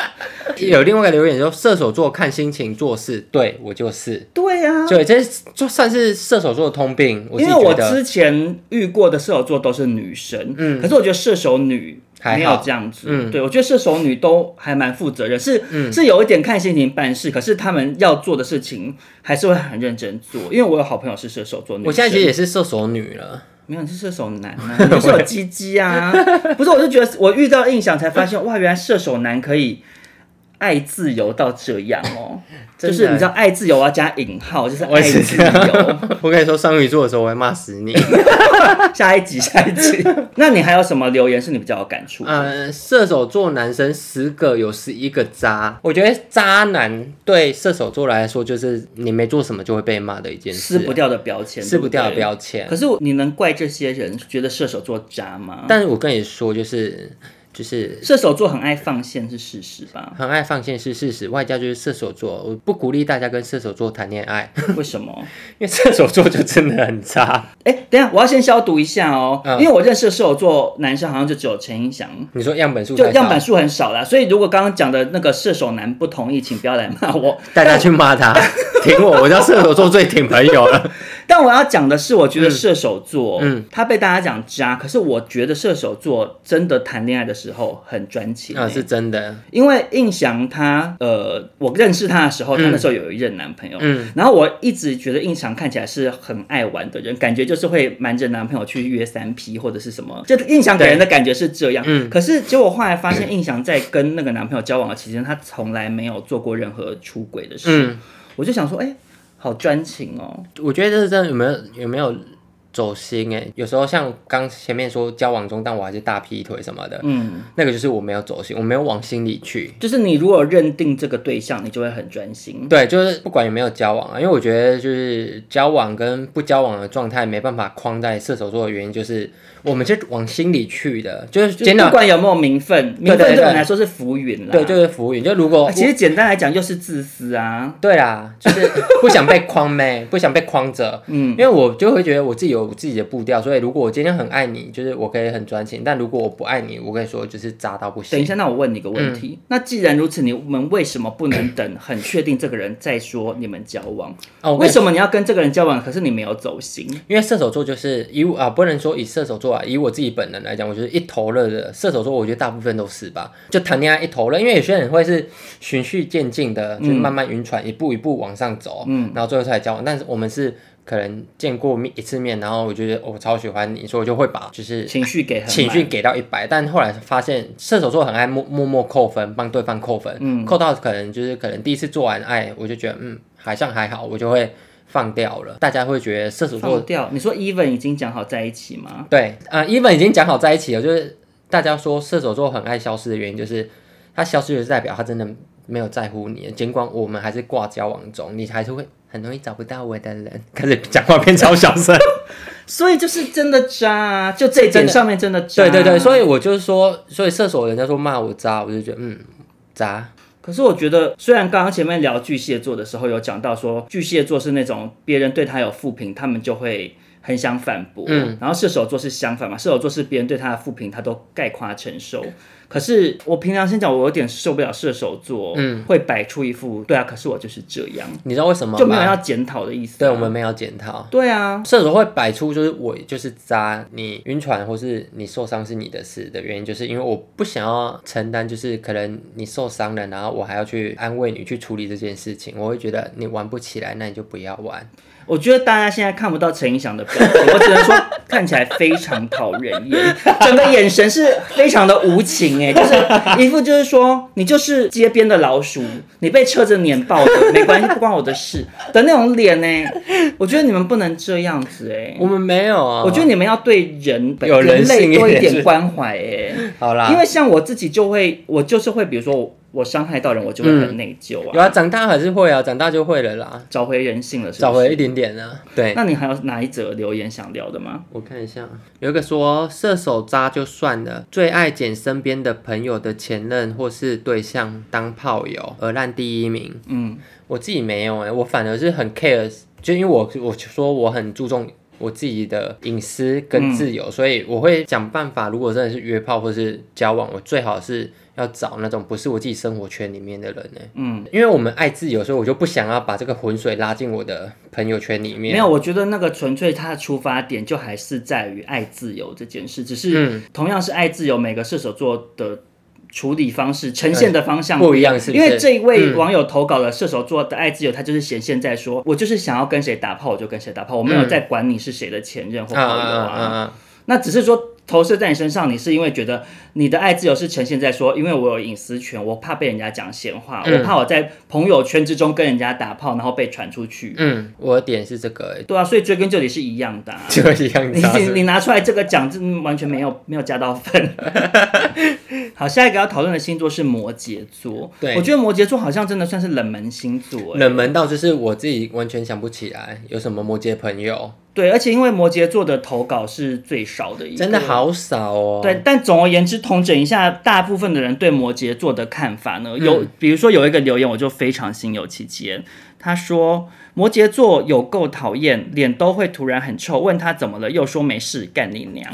S3: 有另外一个留言说，射手座看心情做事，对我就是，
S2: 对啊，
S3: 对，这是就算是射手座的通病，我自
S2: 因
S3: 己
S2: 为我
S3: 觉得
S2: 之前遇过的射手座都是女生，嗯，可是我觉得射手女
S3: 还好
S2: 没有这样子，
S3: 嗯
S2: 对我觉得射手女都还蛮负责任，是、是有一点看心情办事，可是他们要做的事情还是会很认真做。因为我有好朋友是射手座女生，
S3: 我现在其实也是射手女了，
S2: 没有，你是射手男啊， 你就是有鸡 鸡啊，不是？我就觉得我遇到印象才发现，哇，原来射手男可以爱自由到这样 哦，就
S3: 真的
S2: 是你知道爱自由要加引号，就 是
S3: 我
S2: 爱
S3: 也是
S2: 自
S3: 这
S2: 由。
S3: 样。我跟你说，双鱼座的时候我会骂死 你。
S2: 下一集，下 一集，那你还有什么留言是你比较有感触？
S3: 呃，射手座男生十个有十一个渣，我觉得渣男对射手座来说就是你没做什么就会被骂的一件事，啊
S2: 撕不掉的标签，
S3: 撕不掉的标
S2: 签。
S3: 签
S2: 可。是我你能怪这些人觉得射手座渣吗？
S3: 但是我跟你说，就是就是
S2: 射手座很爱放线是事实吧？
S3: 很爱放线是事实，外加就是射手座，我不鼓励大家跟射手座谈恋爱，
S2: 为什么？
S3: 因为射手座就真的很渣。
S2: 哎、等一下，我要先消毒一下哦，
S3: 嗯
S2: 因为我认识的射手座男生好像就只有陈英翔，
S3: 你说样本数
S2: 就
S3: 太少
S2: 样板，数很少啦，所以如果刚刚讲的那个射手男不同意，请不要来骂我。
S3: 大家去骂他，挺我，我叫射手座最挺朋友 了。
S2: 但我要讲的是，我觉得射手座，
S3: 嗯
S2: 他被大家讲渣，可是我觉得射手座真的谈恋爱的时候很专情、
S3: 啊，
S2: 欸
S3: 是真的，
S2: 因为印翔他，呃，我认识他的时候，他那时候有一任男朋友，
S3: 嗯
S2: 然后我一直觉得印翔看起来是很爱玩的人，感觉就是会瞒着男朋友去约三 P 或者是什么，就是印翔给人的感觉是这样。
S3: 嗯
S2: 可是结果后来发现，印翔在跟那个男朋友交往的期间，他从来没有做过任何出轨的事，
S3: 嗯。
S2: 我就想说，哎、好专情哦，
S3: 我觉得这是真的有没有有没有走心哎、有时候像刚前面说交往中，但我还是大劈腿什么的，
S2: 嗯，
S3: 那个就是我没有走心，我没有往心里去。
S2: 就是你如果认定这个对象，你就会很专心。
S3: 对，就是不管有没有交往啊，因为我觉得就是交往跟不交往的状态没办法框在射手座的原因，就是我们是往心里去的，就是
S2: 就是
S3: 简
S2: 不
S3: 单
S2: 管有没有名分，名
S3: 对对
S2: 分对我们
S3: 对
S2: 来说是浮云啦。
S3: 对，就是浮云。就如果
S2: 啊其实简单来讲，就是自私啊。
S3: 对啦，就是不想被框呗，不想被框 着。嗯，因为我就会觉得我自己有自己的步调，所以如果我今天很爱你，就是我可以很专情；但如果我不爱你，我跟你说就是渣到不行。
S2: 等一下，，那我问你个问题。那既然如此，你们为什么不能等很确定这个人再说你们交往？
S3: 哦，
S2: 为
S3: 为什么？
S2: 什么你要跟这个人交往，可是你没有走心？
S3: 因为射手座就是以我啊，不能说以射手座啊，以我自己本人来讲，我就是一头热的射手座。我觉得大部分都是吧，就谈恋爱一头热，因为有些人会是循序渐进的，就是慢慢晕船，一步一步往上走，嗯，然后最后才交往。但是我们是可能见过面一次面，然后我觉得、哦我超喜欢你，所以我就会把就是
S2: 情绪给很满
S3: 情绪给到一百，但后来发现射手座很爱默默默扣分，帮对方扣分，
S2: 嗯
S3: 扣到可能就是可能第一次做完爱，我就觉得嗯好像还好，我就会放掉了。大家会觉得射手
S2: 放
S3: 座
S2: 掉。你说 even 已经讲好在一起吗？
S3: 对啊、e v e n 已经讲好在一起了，就是大家说射手座很爱消失的原因，就是他消失就是代表他真的没有在乎你，尽管我们还是挂交往中，你还是会很容易找不到我的人。 开始讲话变超小声。
S2: 所以就是真的渣、啊，就这一点上面真的渣、啊
S3: 对对对，所
S2: 以
S3: 以我就是说，所以射手人家说骂我渣，我就觉得嗯渣。
S2: 可是我觉得，虽然刚刚前面聊巨蟹座的时候有讲到说，巨蟹座是那种别人对他有负评，他们就会。很想反驳，
S3: 嗯
S2: 然后射手座是相反嘛？射手座是别人对他的负评，他都概括承受。可是我平常先讲，我有点受不了射手座，
S3: 嗯
S2: 会摆出一副对啊，可是我就是这样，
S3: 你知道为什么吗？
S2: 就没有要检讨的意思啊、
S3: 对我们没有检讨。
S2: 对啊，
S3: 射手会摆出就是我就是渣，你晕船或是你受伤是你的事的原因，就是因为我不想要承担，就是可能你受伤了，然后我还要去安慰你去处理这件事情，我会觉得你玩不起来，那你就不要玩。
S2: 我觉得大家现在看不到陈映祥的表情，我只能说看起来非常讨人厌， 整个眼神是非常的无情哎、就是一副就是说你就是街边的老鼠，你被车子碾爆的，没关系，不关我的事的那种脸呢、欸我觉得你们不能这样子哎、
S3: 我们没有啊，
S2: 我觉得你们要对人本
S3: 有人
S2: 人
S3: 性
S2: 类
S3: 一
S2: 多一
S3: 点
S2: 点
S3: 是
S2: 关怀哎、
S3: 好啦，
S2: 因为像我自己就会，我就是会，比如说我我伤害到人，我就会很内疚
S3: 有
S2: 啊，
S3: 啊，长大还是会啊，长大就会了啦，
S2: 找回人性了是不是，
S3: 找回一。点点啊。对，
S2: 那你还有哪一则留言想聊的吗？
S3: 我看一下，有一个说射手渣就算了，最爱捡身边的朋友的前任或是对象当炮友，而烂第一名。
S2: 嗯，
S3: 我自己没有哎、我反而是很 care，就因为我我说我很注重。我自己的隐私跟自
S2: 嗯
S3: 由，所以我会想办法。如果真的是约炮或是交往，我最好是要找那种不是我自己生活圈里面的人呢、
S2: 嗯，
S3: 因为我们爱自由，所以我就不想要把这个浑水拉进我的朋友圈里面。
S2: 没有，我觉得那个纯粹他的出发点就还是在于爱自由这件事，只是
S3: 嗯
S2: 同样是爱自由，每个射手座的处理方式、呈现的方向
S3: 哎不一样是不
S2: 因
S3: 是
S2: 为这一位
S3: 嗯
S2: 网友投稿了射手座的爱自由，他就是显现在说，我就是想要跟谁打炮我就跟谁打炮，我没有
S3: 嗯
S2: 在管你是谁的前任或炮
S3: 啊
S2: 友
S3: 啊啊啊啊！
S2: 那只是说投射在你身上，你是因为觉得你的爱自由是呈现在说，因为我有隐私权，我怕被人家讲闲话，
S3: 嗯
S2: 我怕我在朋友圈之中跟人家打炮，然后被传出去。
S3: 嗯，我的点是这个、欸，
S2: 对啊，所以追根究底是一样的、啊。
S3: 就一样
S2: 你
S3: 渣
S2: 你
S3: 是
S2: 你拿出来这个奖，真完全没有没有加 到分。好，下一个要讨论的星座是摩羯座。
S3: 对
S2: 我觉得摩羯座好像真的算是冷门星座、欸。
S3: 冷门到就是我自己完全想不起来有什么摩羯朋友，
S2: 对，而且因为摩羯座的投稿是最少的一个，
S3: 真的好少哦。
S2: 对，，但总而言之，统整一下大部分的人对摩羯座的看法呢，
S3: 嗯
S2: 有、比如说有一个留言，我就非常心有戚戚焉。他说摩羯座有够讨厌，脸都会突然很臭，问他怎么了，又说没事，干你 娘。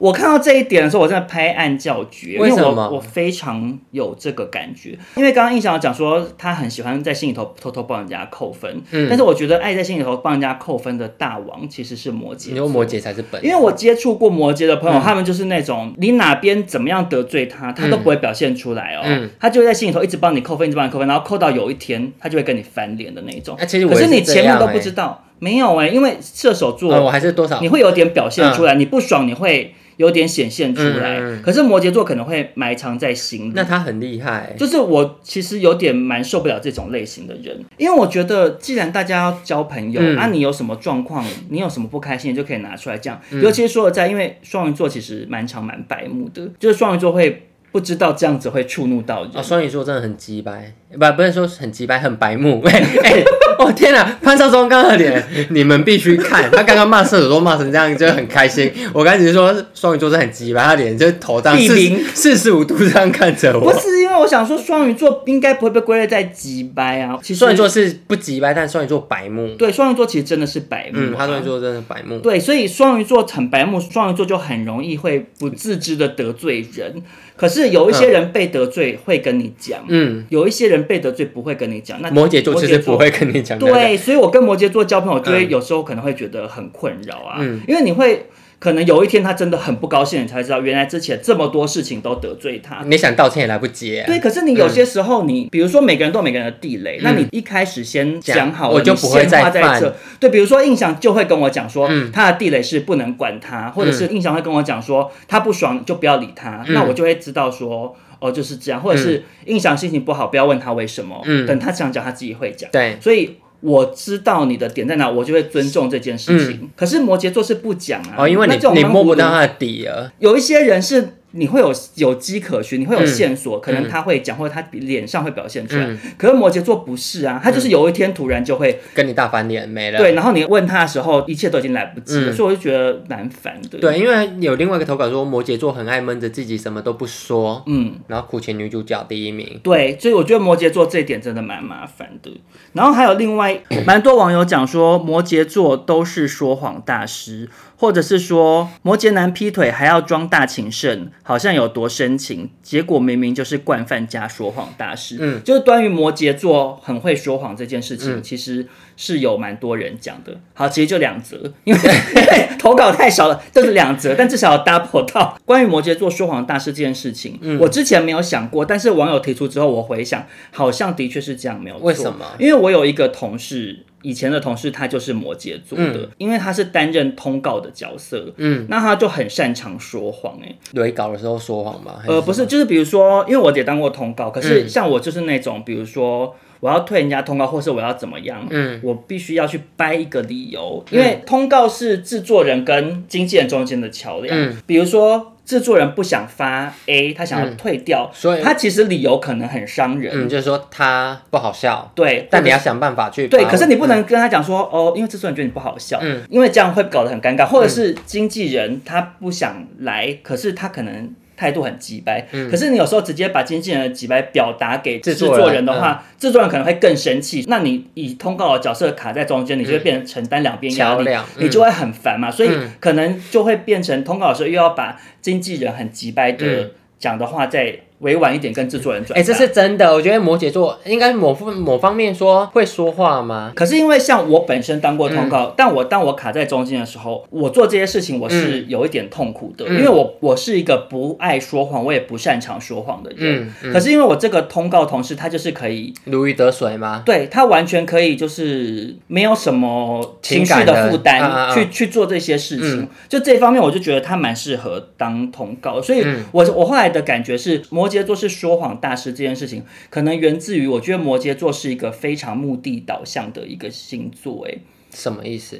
S2: 我看到这一点的时候，我真的拍案叫绝，因
S3: 为什
S2: 我
S3: 么
S2: 我非常有这个感觉。因为刚刚印象讲说，他很喜欢在心里头偷偷帮人家扣分，
S3: 嗯
S2: 但是我觉得爱在心里头帮人家扣分的大王其实是摩羯座。
S3: 你说摩羯才是本，
S2: 因为我接触过摩羯的朋友，
S3: 嗯
S2: 他们就是那种你哪边怎么样得罪他，他都不会表现出来哦，
S3: 嗯
S2: 他就会在心里头一直帮你扣分，一直帮你扣分，然后扣到有一天他就会跟你翻脸的那一种。
S3: 啊其实我
S2: 可
S3: 也
S2: 是
S3: 是
S2: 你前面
S3: 这
S2: 都
S3: 样
S2: 不知道，没有哎、因为射手座、
S3: 呃，我还是多少
S2: 你会有点表现出来，你不爽你会有点显现出来，
S3: 嗯嗯嗯
S2: 可是摩羯座可能会埋藏在心里
S3: 那。他很厉害，
S2: 就是我其实有点蛮受不了这种类型的人，因为我觉得既然大家要交朋友，
S3: 嗯
S2: 啊，你有什么状况，你有什么不开心，你就可以拿出来讲。
S3: 嗯
S2: 尤其是说实在，因为双鱼座其实蛮长蛮白目的，就是双鱼座会不知道这样子会触怒到人。
S3: 哦，双鱼座真的很鸡掰，不不是说很鸡掰，很白目。哎、哎哦天哪，潘少忠刚刚的脸，你们必须看，他刚刚骂射手座骂成这样，就很开心。我刚才只是说双鱼座是很鸡掰，他脸就头这样
S2: 必
S3: 四
S2: 赢
S3: 四十五度这样看着
S2: 不
S3: 我。
S2: 是因为我想说双鱼座应该不会被归类在急掰啊，其实
S3: 双鱼座是不鸡掰，但双鱼座白目。
S2: 对双鱼座其实真的是白目、啊
S3: 嗯，他双鱼。座真的白目。
S2: 对，所以双鱼座很白目，双鱼座就很容易会不自知的得罪人。可是有一些人被得罪会跟你讲，
S3: 嗯，
S2: 有一些人被得罪不会跟你讲，那
S3: 摩羯座就是不
S2: 摩羯座。
S3: 会跟你讲那个
S2: 对，所以我跟摩羯座交朋友，就会
S3: 嗯
S2: 有时候可能会觉得很困扰啊，
S3: 嗯
S2: 因为你会可能有一天他真的很不高兴，你才知道原来之前这么多事情都得罪他。
S3: 你想道歉也来不及、啊。
S2: 对，可是你有些时候你，比如说每个人都有每个人的地雷，那你一开始先讲好
S3: 嗯
S2: 了，
S3: 我就
S2: 你
S3: 不会
S2: 先
S3: 再
S2: 画在
S3: 犯
S2: 这。对，比如说印象就会跟我讲说，
S3: 嗯
S2: 他的地雷是不能管他，或者是印象会跟我讲说，他不爽就不要理他，
S3: 嗯
S2: 那我就会知道说。哦，就是这样，或者是印象心情不好，不要问他为什么，
S3: 嗯
S2: 等他想讲，他自己会讲。
S3: 对
S2: 所以我知道你的点在哪，我就会尊重这件事情。可是摩羯座是不讲啊，
S3: 嗯哦，因为
S2: 那
S3: 你
S2: 这种
S3: 你
S2: 闷
S3: 摸不
S2: 葫芦
S3: 到他的底了。
S2: 有一些人是你会有有迹可循，你会有线索，可能
S3: 嗯
S2: 他会讲，或者他脸上会表现出来。
S3: 嗯
S2: 可是摩羯座不是啊，他就是有一天突然就会、
S3: 跟你大翻脸没了。
S2: 对，然后你问他的时候，一切都已经来不及了，
S3: 嗯
S2: 所以我就觉得蛮烦的。，
S3: 对，因为有另外一个投稿说摩羯座很爱闷着自己，什么都不说，
S2: 嗯。
S3: 然后苦情女主角第一名。
S2: 对，所以我觉得摩羯座这一点真的蛮麻烦的。然后还有另 外蛮多网友讲说，摩羯座都是说谎大师，或者是说摩羯男劈腿还要装大情圣，好像有多深情，结果明明就是惯犯加说谎大师。
S3: 嗯，
S2: 就是关于摩羯座很会说谎这件事情，其实是有蛮多人讲的。好，其实就两则，因为 因为投稿太少了，就是两则，但至少有 double 到关于摩羯座说谎大师这件事情，
S3: 嗯
S2: 我之前没有想过，但是网友提出之后，我回想，好像的确是这样，没有错
S3: 为什么
S2: 因为我有一个同事。以前的同事他就是摩羯座的，
S3: 嗯
S2: 因为他是担任通告的角色，
S3: 嗯，
S2: 那他就很擅长说谎、欸，
S3: 雷稿的时候说谎吗？还
S2: 呃，不
S3: 什
S2: 是，
S3: 么，
S2: 就是比如说，因为我也当过通告，可是
S3: 嗯
S2: 像我就是那种，比如说我要退人家通告，或是我要怎么样，
S3: 嗯，
S2: 我必须要去掰一个理由，因为通告是制作人跟经纪人中间的桥梁，
S3: 嗯
S2: 比如说。制作人不想发 A，他想要
S3: 嗯
S2: 退掉，
S3: 所以
S2: 他其实理由可能很伤人，
S3: 嗯，就是说他不好笑，
S2: 对，
S3: 但
S2: 或者
S3: 你要想办法去把
S2: 嗯对，
S3: 我。
S2: 可是你不能跟他讲说、哦，因为制作人觉得你不好笑，
S3: 嗯
S2: 因为这样会搞得很尴尬，或者是经纪人他不想来，可是他可能。态度很急掰，可是你有时候直接把经纪人的急掰表达给制
S3: 嗯制作人嗯
S2: 作人的话，制作人可能会更生气。那你以通告的角色卡在中间，你就会变成承担两边
S3: 嗯
S2: 压
S3: 桥
S2: 力
S3: 梁，嗯
S2: 你就会很烦嘛。所以
S3: 嗯
S2: 可能就会变成通告的时候又要把经纪人很急掰的
S3: 嗯
S2: 讲的话再委婉一点跟制作人转达。
S3: 哎、这是真的。我觉得摩羯座应该某方某方面说会说话吗？
S2: 可是因为像我本身当过通告，
S3: 嗯
S2: 但我当我卡在中间的时候，我做这些事情我是有一点痛苦的，
S3: 嗯
S2: 因为我我是一个不爱说谎，我也不擅长说谎的人。
S3: 嗯嗯
S2: 可是因为我这个通告同事，他就是可以，
S3: 如鱼得水吗？
S2: 对他完全可以，就是没有什么情绪
S3: 情感的
S2: 负
S3: 啊啊
S2: 担
S3: 啊
S2: 去去做这些事情
S3: 嗯。
S2: 就这方面，我就觉得他蛮适合当通告。所以
S3: 嗯
S2: 我我后来的感觉是，摩羯座是说谎大师这件事情，可能源自于我觉得摩羯座是一个非常目的导向的一个星座、欸，
S3: 什么意思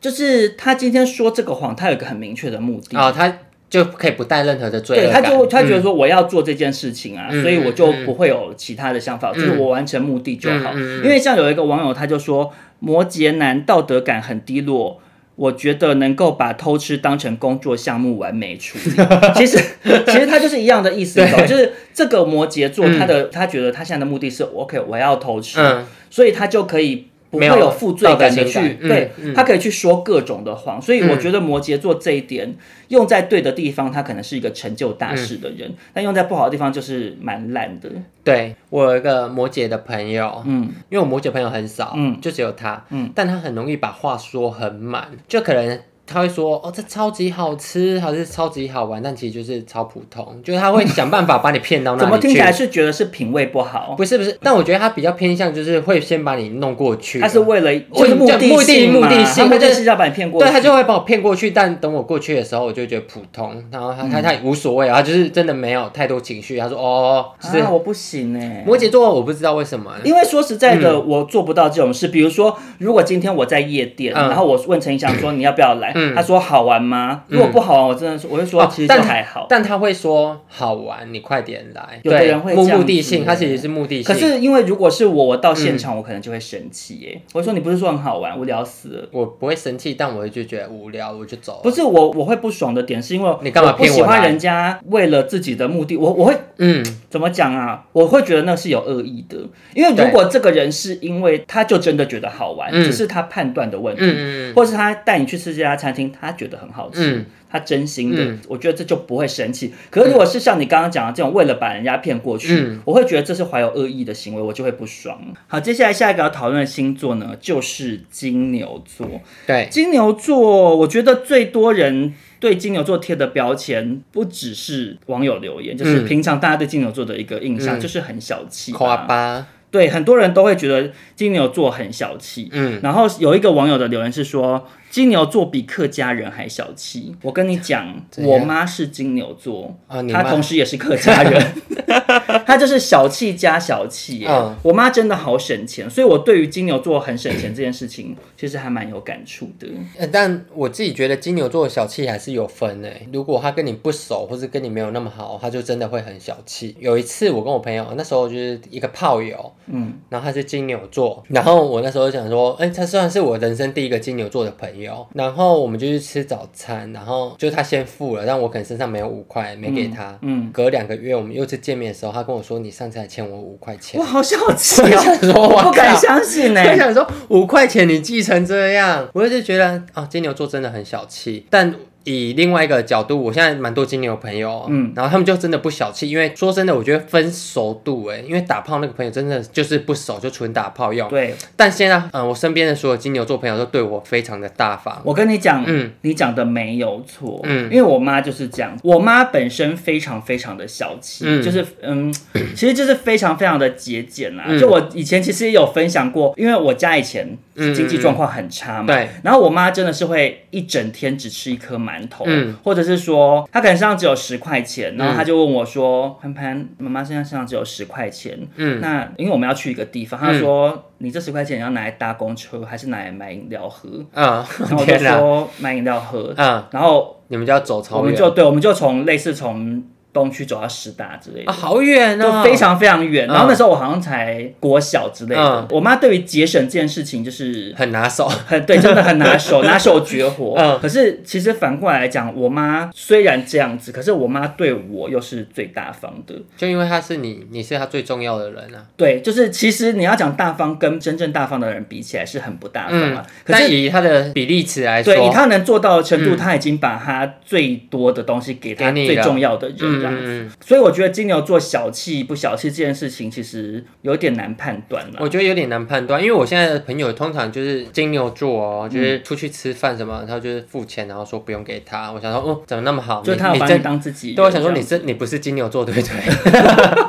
S2: 就是他今天说这个谎，他有一个很明确的目的。
S3: 啊、他就可以不带任何的罪
S2: 对，
S3: 恶
S2: 他
S3: 感。
S2: 就他觉得
S3: 嗯
S2: 说我要做这件事情啊，
S3: 嗯
S2: 所以我就
S3: 嗯嗯
S2: 不会有其他的想法，就是我完成目的就好。
S3: 嗯嗯嗯
S2: 因为像有一个网友他就说，摩羯男道德感很低落。我觉得能够把偷吃当成工作项目完美处理，其 实其实他就是一样的意思，你懂就是这个摩羯座，他的他觉得他现在的目的是 OK，我要偷吃，
S3: 嗯
S2: 所以他就可以不会
S3: 没有
S2: 有负罪感的
S3: 道德情
S2: 去
S3: 感，嗯
S2: 对、
S3: 嗯
S2: 他可以去说各种的谎。所以我觉得摩羯座这一点、用在对的地方，他可能是一个成就大事的
S3: 嗯
S2: 人；但用在不好的地方，就是蛮烂的。
S3: 对我有一个摩羯的朋友，
S2: 嗯
S3: 因为我摩羯朋友很少，
S2: 嗯
S3: 就只有他，
S2: 嗯
S3: 但他很容易把话说很满，就可能他会说哦，这超级好吃，还是超级好玩，但其实就是超普通，就是他会想办法把你骗到那
S2: 怎
S3: 里去。
S2: 么听起来是觉得是品味不好？
S3: 不是不是，但我觉得他比较偏向就是会先把你弄过去，啊
S2: 他是为了
S3: 为
S2: 就是目的
S3: 目的
S2: 性嘛
S3: 目的性
S2: 他目
S3: 他就
S2: 的是要把你骗过去。
S3: 对他就会把我骗过去，但等我过去的时候，我就会觉得普通，然后他、他他也无所谓啊，他就是真的没有太多情绪，他说哦，就是、
S2: 嗯啊，我不行哎、
S3: 摩羯嗯座我不知道为什么，
S2: 因为说实在的，我做不到这种事。比如说，如果今天我在夜店，
S3: 嗯
S2: 然后我问陈意翔说你要不要来，
S3: 嗯
S2: 他说好玩吗？如果不好玩，我真的是我会说
S3: 哦
S2: 其实就
S3: 但他
S2: 还好。
S3: 但他会说好玩，你快点来。
S2: 有的
S3: 对
S2: 人会
S3: 目
S2: 这样
S3: 目的性，
S2: 子
S3: 他其实是目的性。
S2: 可是因为如果是我，我到现
S3: 嗯
S2: 场我可能就会生气耶、我会说你不是说很好玩，无聊死了。
S3: 我不会生气，但我就觉得无聊，我就走了。
S2: 不是我，我会不爽的点是因为
S3: 你干嘛
S2: 不
S3: 骗我
S2: 喜欢
S3: 来
S2: 人家为了自己的目的，我我会
S3: 嗯，
S2: 怎么讲啊？我会觉得那是有恶意的，因为如
S3: 对
S2: 果这个人是因为他就真的觉得好玩，
S3: 嗯
S2: 只是他判断的问题，
S3: 嗯嗯嗯
S2: 或是他带你去吃这家餐厅，他觉得很好吃，
S3: 嗯
S2: 他真心的，
S3: 嗯
S2: 我觉得这就不会生气。可是如果是像你刚刚讲的这种，为了把人家骗过去，
S3: 嗯
S2: 我会觉得这是怀有恶意的行为，我就会不爽。好，接下来下一个要讨论的星座呢，就是金牛座。
S3: 对，
S2: 金牛座，我觉得最多人对金牛座贴的标签，不只是网友留言，就是
S3: 嗯
S2: 平常大家对金牛座的一个印象，
S3: 嗯
S2: 就是很小气吧，
S3: 夸巴，
S2: 对，很多人都会觉得金牛座很小气。
S3: 嗯，
S2: 然后有一个网友的留言是说，金牛座比客家人还小气。我跟你讲，
S3: 怎样
S2: 我妈是金牛座，
S3: 啊你
S2: 她
S3: 妈
S2: 同时也是客家人， 她就是小气加小气耶。
S3: 嗯
S2: 我妈真的好省钱，所以我对于金牛座很省钱这件事情，其实还蛮有感触的。
S3: 呃但我自己觉得金牛座的小气还是有分诶。如果他跟你不熟，或是跟你没有那么好，他就真的会很小气。有一次我跟我朋友，那时候就是一个炮友，
S2: 嗯
S3: 然后他是金牛座，然后我那时候想说，哎、他算是我人生第一个金牛座的朋友。然后我们就去吃早餐，然后就他先付了，但我可能身上没有五块，没给他。
S2: 嗯，
S3: 隔两个月我们又次见面的时候，他跟我说：“你上次还欠我五块钱。
S2: 我好小气
S3: 我
S2: 哦
S3: 想，说
S2: 我不
S3: 哇
S2: 敢
S3: 靠
S2: 相信欸 呢、
S3: 我想说五块钱你记成这样，我就觉得哦，金牛座真的很小气，但以另外一个角度，我现在蛮多金牛朋友，
S2: 嗯
S3: 嗯，然后他们就真的不小气，因为说真的，我觉得分熟度、欸，因为打炮那个朋友真的就是不熟，就纯打炮用。
S2: 对，
S3: 但现在，嗯、我身边的所有金牛座朋友都对我非常的大方，
S2: 我跟你讲，
S3: 嗯
S2: 你讲的没有错，
S3: 嗯
S2: 因为我妈就是这样，我妈本身非常非常的小气，
S3: 嗯
S2: 就是 嗯，其实就是非常非常的节俭啦。
S3: 嗯
S2: 就我以前其实也有分享过，因为我家以前经济状况很差
S3: 嗯
S2: 嘛，
S3: 对，
S2: 然后我妈真的是会一整天只吃一颗馒头，
S3: 嗯
S2: 或者是说她可能身上只有十块钱，然后
S3: 嗯
S2: 她就问我说：“潘潘，妈妈身上身上只有十块钱，
S3: 嗯
S2: 那因为我们要去一个地方，她说、你这十块钱你要拿来搭公车，还是拿来买饮料喝？”
S3: 嗯
S2: 然后，我就
S3: 天哪，
S2: 说买饮料喝，
S3: 嗯，
S2: 然后
S3: 你们就要走
S2: 我
S3: 超
S2: 们
S3: 远
S2: 就对，我们就从类似从东区走到师大之类的。
S3: 啊，好远哦，
S2: 就非常非常远，
S3: 嗯
S2: 然后那时候我好像才国小之类的
S3: 嗯。
S2: 我妈对于节省这件事情就是
S3: 很拿手，
S2: 很对，真的很拿 手，拿手绝活。
S3: 嗯
S2: 可是其实反过来讲，我妈虽然这样子，可是我妈对我又是最大方的。
S3: 就因为他是你，你是他最重要的人啊。
S2: 对，就是其实你要讲大方，跟真正大方的人比起来是很不大方啊。可
S3: 嗯但
S2: 是
S3: 以他的比例尺来说，
S2: 对，以他能做到的程
S3: 嗯
S2: 度，他已经把他最多的东西给他
S3: 给你
S2: 最
S3: 了
S2: 重要的人这样子。
S3: 嗯嗯嗯
S2: 所以我觉得金牛座小气不小气这件事情，其实有点难判断了
S3: 我。觉得有点难判断，因为我现在的朋友通常就是金牛座哦，就是
S2: 嗯
S3: 出去吃饭什么，他就是付钱，然后说不用给他。我想说，哦，怎么那么好？
S2: 就是
S3: 你
S2: 他有
S3: 你
S2: 把你
S3: 真
S2: 当自己人这
S3: 对，
S2: 样
S3: 我
S2: 子，
S3: 想说你真你不是金牛座对不对？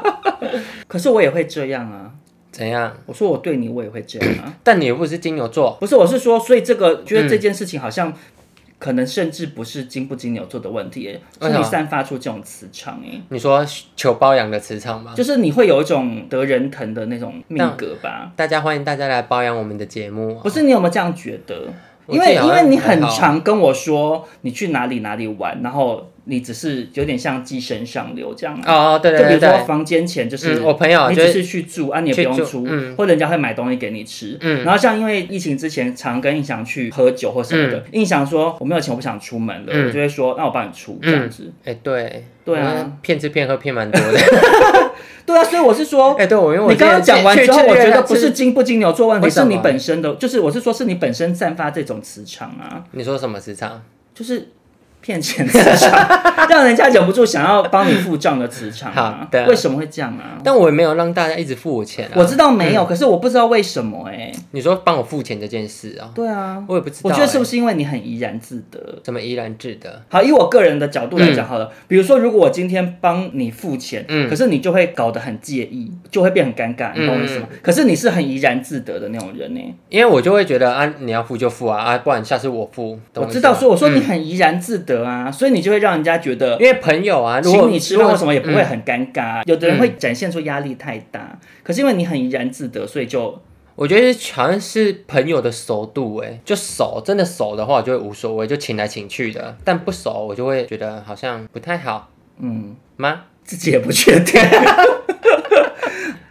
S2: 可是我也会这样啊。
S3: 怎样？
S2: 我说我对你，我也会这样 啊。
S3: 但你又不是金牛座，
S2: 不是，我是说，所以这个觉得这件事情好像、可能甚至不是金不金牛座的问题耶，
S3: 嗯为什
S2: 是
S3: 么
S2: 你散发出这种磁场哎，
S3: 你说求包养的磁场吗？
S2: 就是你会有一种得人疼的那种命格吧？
S3: 大家欢迎大家来包养我们的节目哦、
S2: 不是你有没有这样觉得？
S3: 我
S2: 因为
S3: 自己
S2: 因
S3: 好像
S2: 为你很
S3: 还好
S2: 常跟我说你去哪里哪里玩，然后你只是有点像寄生上流这样啊。
S3: 哦，对
S2: 就比
S3: 对对
S2: 如说
S3: 对，
S2: 房间钱，就是、
S3: 嗯我朋友
S2: 你
S3: 就
S2: 只
S3: 是
S2: 是去住啊，你也不
S3: 去
S2: 用
S3: 住
S2: 出，
S3: 嗯
S2: 或人家会买东西给你吃。
S3: 嗯
S2: 然后像因为疫情之前，常跟印翔去喝酒或什么的，印翔说我没有钱，我不想出门了，
S3: 嗯
S2: 我就会说那我帮你出这样子。
S3: 哎对
S2: 对啊，
S3: 我们骗吃骗喝骗蛮多的。
S2: 对啊，所以我是说。
S3: 哎，对，我因为我
S2: 你刚刚
S3: 之前
S2: 讲完
S3: 去
S2: 之后，
S3: 去
S2: 我
S3: 日
S2: 觉
S3: 本
S2: 得不是
S3: 吃
S2: 金不金牛座问题，
S3: 为什
S2: 是
S3: 么
S2: 你本身的，就是我是说，是你本身散发这种磁场啊，
S3: 你说什么磁场？
S2: 就是骗钱磁场，让人家忍不住想要帮你付账的磁场啊
S3: 好。的
S2: 为什么会这样啊？
S3: 但我也没有让大家一直付我钱啊。
S2: 我知道没有，可是我不知道为什么哎、
S3: 你说帮我付钱这件事啊、
S2: 对啊，
S3: 哦我也不知道、欸
S2: 我觉得是不
S3: 是
S2: 是因为你很怡然自得？
S3: 怎么怡然自得？
S2: 好，以我个人的角度来讲好了，比如说，如果我今天帮你付钱，
S3: 嗯
S2: 可是你就会搞得很介意，就会变很尴尬，你懂我意思
S3: 嗯
S2: 吗？可是你是很怡然自得的那种人呢、欸
S3: 因为我就会觉得啊，你要付就付啊啊，不然下次我付。懂
S2: 我
S3: 意
S2: 知
S3: 思
S2: 道，
S3: 吗嗯
S2: 所以我说你很怡然自得啊，所以你就会让人家觉得
S3: 因。为朋友啊，如果
S2: 请你吃饭为什么也不会
S3: 嗯
S2: 很尴尬？有的人会展现出压力太大，可是因为你很怡然自得，所以就
S3: 我觉得好像是朋友的熟度哎、就熟，真的熟的话，我就会无所谓，就请来请去的。但不熟，我就会觉得好像不太好
S2: 嗯，
S3: 吗？
S2: 自己也不确定。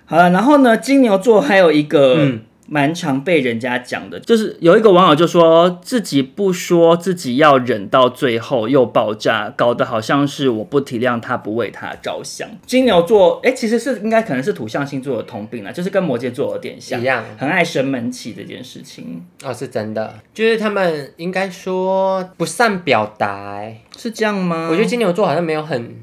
S2: 好了，然后呢，金牛座还有一个
S3: 嗯
S2: 蛮常被人家讲的，就是有一个网友就说自己不说，自己要忍到最后又爆炸，搞得好像是我不体谅他，不为他着想。金牛座，哎，其实是应该可能是土象星座的通病啦，就是跟摩羯座有点像
S3: 一，样
S2: 很爱生闷气这件事情，
S3: 哦，是真的，就是他们应该说不善表达、欸。
S2: 是这样吗？
S3: 我觉得金牛座好像没有很，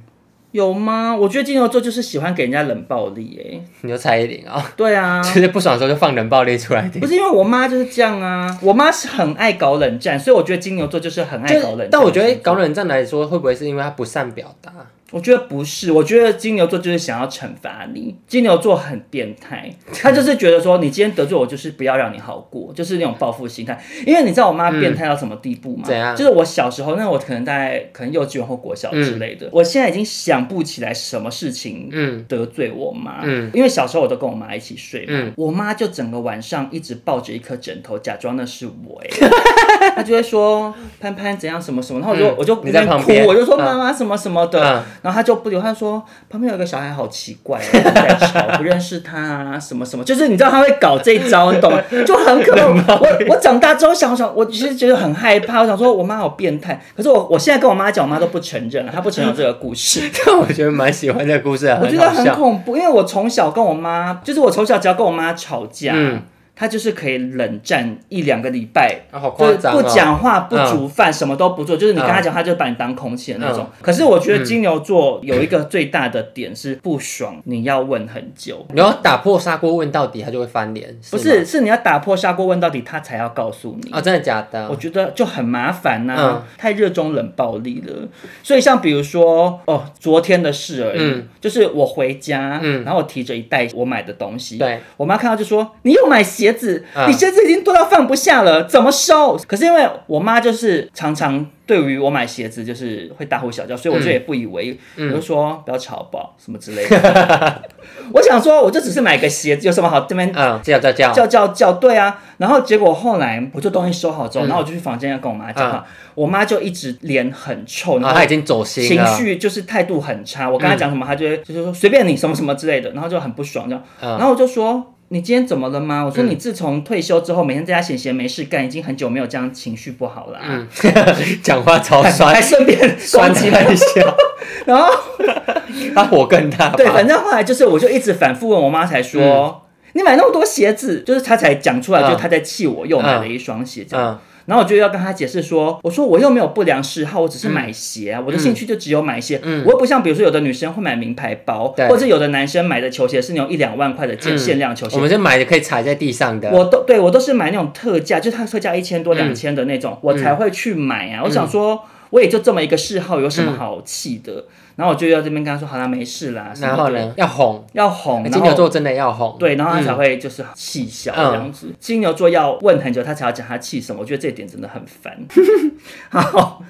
S2: 有吗？我觉得金牛座就是喜欢给人家冷暴力、诶，
S3: 你就蔡依林啊、
S2: 哎，对啊，
S3: 就是不爽的时候就放冷暴力出来的
S2: 不。是因为我妈就是这样啊，我妈是很爱搞冷战，所以我觉得金牛座就是很爱
S3: 就
S2: 搞冷战。
S3: 但我觉得搞，冷战来说，会不会是因为他不善表达？
S2: 我觉得不是，我觉得金牛座就是想要惩罚你。金牛座很变态，他就是觉得说你今天得罪我，就是不要让你好过，就是那种报复心态。因为你知道我妈变态到什么地步吗？
S3: 嗯怎样
S2: 就是我小时候，那我可能在可能幼稚园或国小之类的，我现在已经想不起来什么事情
S3: 嗯，
S2: 得罪我妈，
S3: 嗯
S2: 因为小时候我都跟我妈一起睡嘛，
S3: 嗯
S2: 我妈就整个晚上一直抱着一颗枕头，假装那是我、欸， 她就会说潘潘怎样什么什么，然后我就、
S3: 嗯
S2: 我就
S3: 你在
S2: 一边
S3: 旁边
S2: 哭，我就说
S3: 嗯
S2: 妈妈什么什么的，
S3: 嗯
S2: 然后她就不理我，她就说旁边有一个小孩好奇怪、哦，一直在吵，不认识他啊什么什么，就是你知道她会搞这一招，你 懂吗？就很可怕。我我长大之后想想，我其实觉得很害怕，我想说我妈好变态，可是我我现在跟我妈讲，我妈都不承认，她不承认这个故事。
S3: 但我觉得蛮喜欢这个故事啊，
S2: 我觉得
S3: 好
S2: 很
S3: 笑。
S2: 恐怖，因为我从小跟我妈，就是我从小只要跟我妈吵架，
S3: 嗯
S2: 他就是可以冷战一两个礼拜，
S3: 啊，好
S2: 就
S3: 夸
S2: 是
S3: 张、
S2: 不
S3: 哦，
S2: 讲话、不
S3: 嗯
S2: 煮饭、什么都不做，就是你跟他
S3: 嗯
S2: 讲，他就把你当空气的那种。可是我觉得金牛座有一个最大的点是不爽，你要问很久，
S3: 你要打破砂锅问到底，他就会翻脸，嗯
S2: 不
S3: 吗
S2: 是是你要打破砂锅问到底，他才要告诉你
S3: 啊、真的假的？
S2: 我觉得就很麻烦呐、
S3: 嗯
S2: 太热衷冷暴力了。所以像比如说，哦，昨天的事而已，
S3: 嗯
S2: 就是我回家，
S3: 嗯
S2: 然后我提着一袋我买的东西，
S3: 对，
S2: 我妈看到就说：“你又买鞋子，
S3: 嗯
S2: 你鞋子已经多到放不下了，怎么收？”可是因为我妈就是常常对于我买鞋子就是会大呼小叫，所以我就也不以为意，
S3: 嗯
S2: 我就说不要吵吧，什么之类的。 我想说，我就只是买个鞋子，有什么好这边
S3: 嗯，这样这样，
S2: 叫叫叫，对啊。然后结果后来我就东西收好
S3: 嗯
S2: 之后，然后我就去房间要跟我妈讲话，我妈就一直脸很臭，然
S3: 啊，
S2: 后
S3: 他已经走心
S2: 情
S3: 了，嗯
S2: 绪就是态度很差。我跟她讲什么，她就会就是说随便你什么什么之类的，然后就很不爽这样。
S3: 嗯
S2: 然后我就说。你今天怎么了吗？我说你自从退休之后，每天在家闲闲没事干，已经很久没有这样情绪不好了、啊
S3: 嗯， 讲话超酸
S2: 哎还，顺便
S3: 酸
S2: 酸
S3: 起
S2: 起
S3: 来
S2: 来。
S3: 一下，
S2: 然后
S3: 他火更大吧？
S2: 对，反正后来就是我就一直反复问我妈，才说、你买那么多鞋子，就是她才讲出来，
S3: 嗯
S2: 就是她在气我又买了一双鞋这样。
S3: 嗯
S2: 然后我就要跟他解释说，我说我又没有不良嗜好，我只
S3: 嗯
S2: 是买鞋啊，我的兴趣就只有买鞋，我又不像比如说有的女生会买名牌包，
S3: 对
S2: 或者有的男生买的球鞋是那种一两万块的限限量球鞋。
S3: 我们是买的可以踩在地上的，
S2: 我都对我都是买那种特价，就是它特价一千多、
S3: 嗯
S2: 两千的那种，我才会去买啊。我想说，我也就这么一个嗜好，有什
S3: 嗯
S2: 么好气的？然后我就要这边跟他说，好啦，没事啦。什么
S3: 然
S2: 的
S3: 后？呢要哄，
S2: 要哄，然
S3: 金
S2: 后
S3: 牛座真的要哄，
S2: 对，然后他
S3: 嗯
S2: 才会就是气消这样子。金牛座要问很久，他才要讲他气什么，我觉得这一点真的很烦。 好，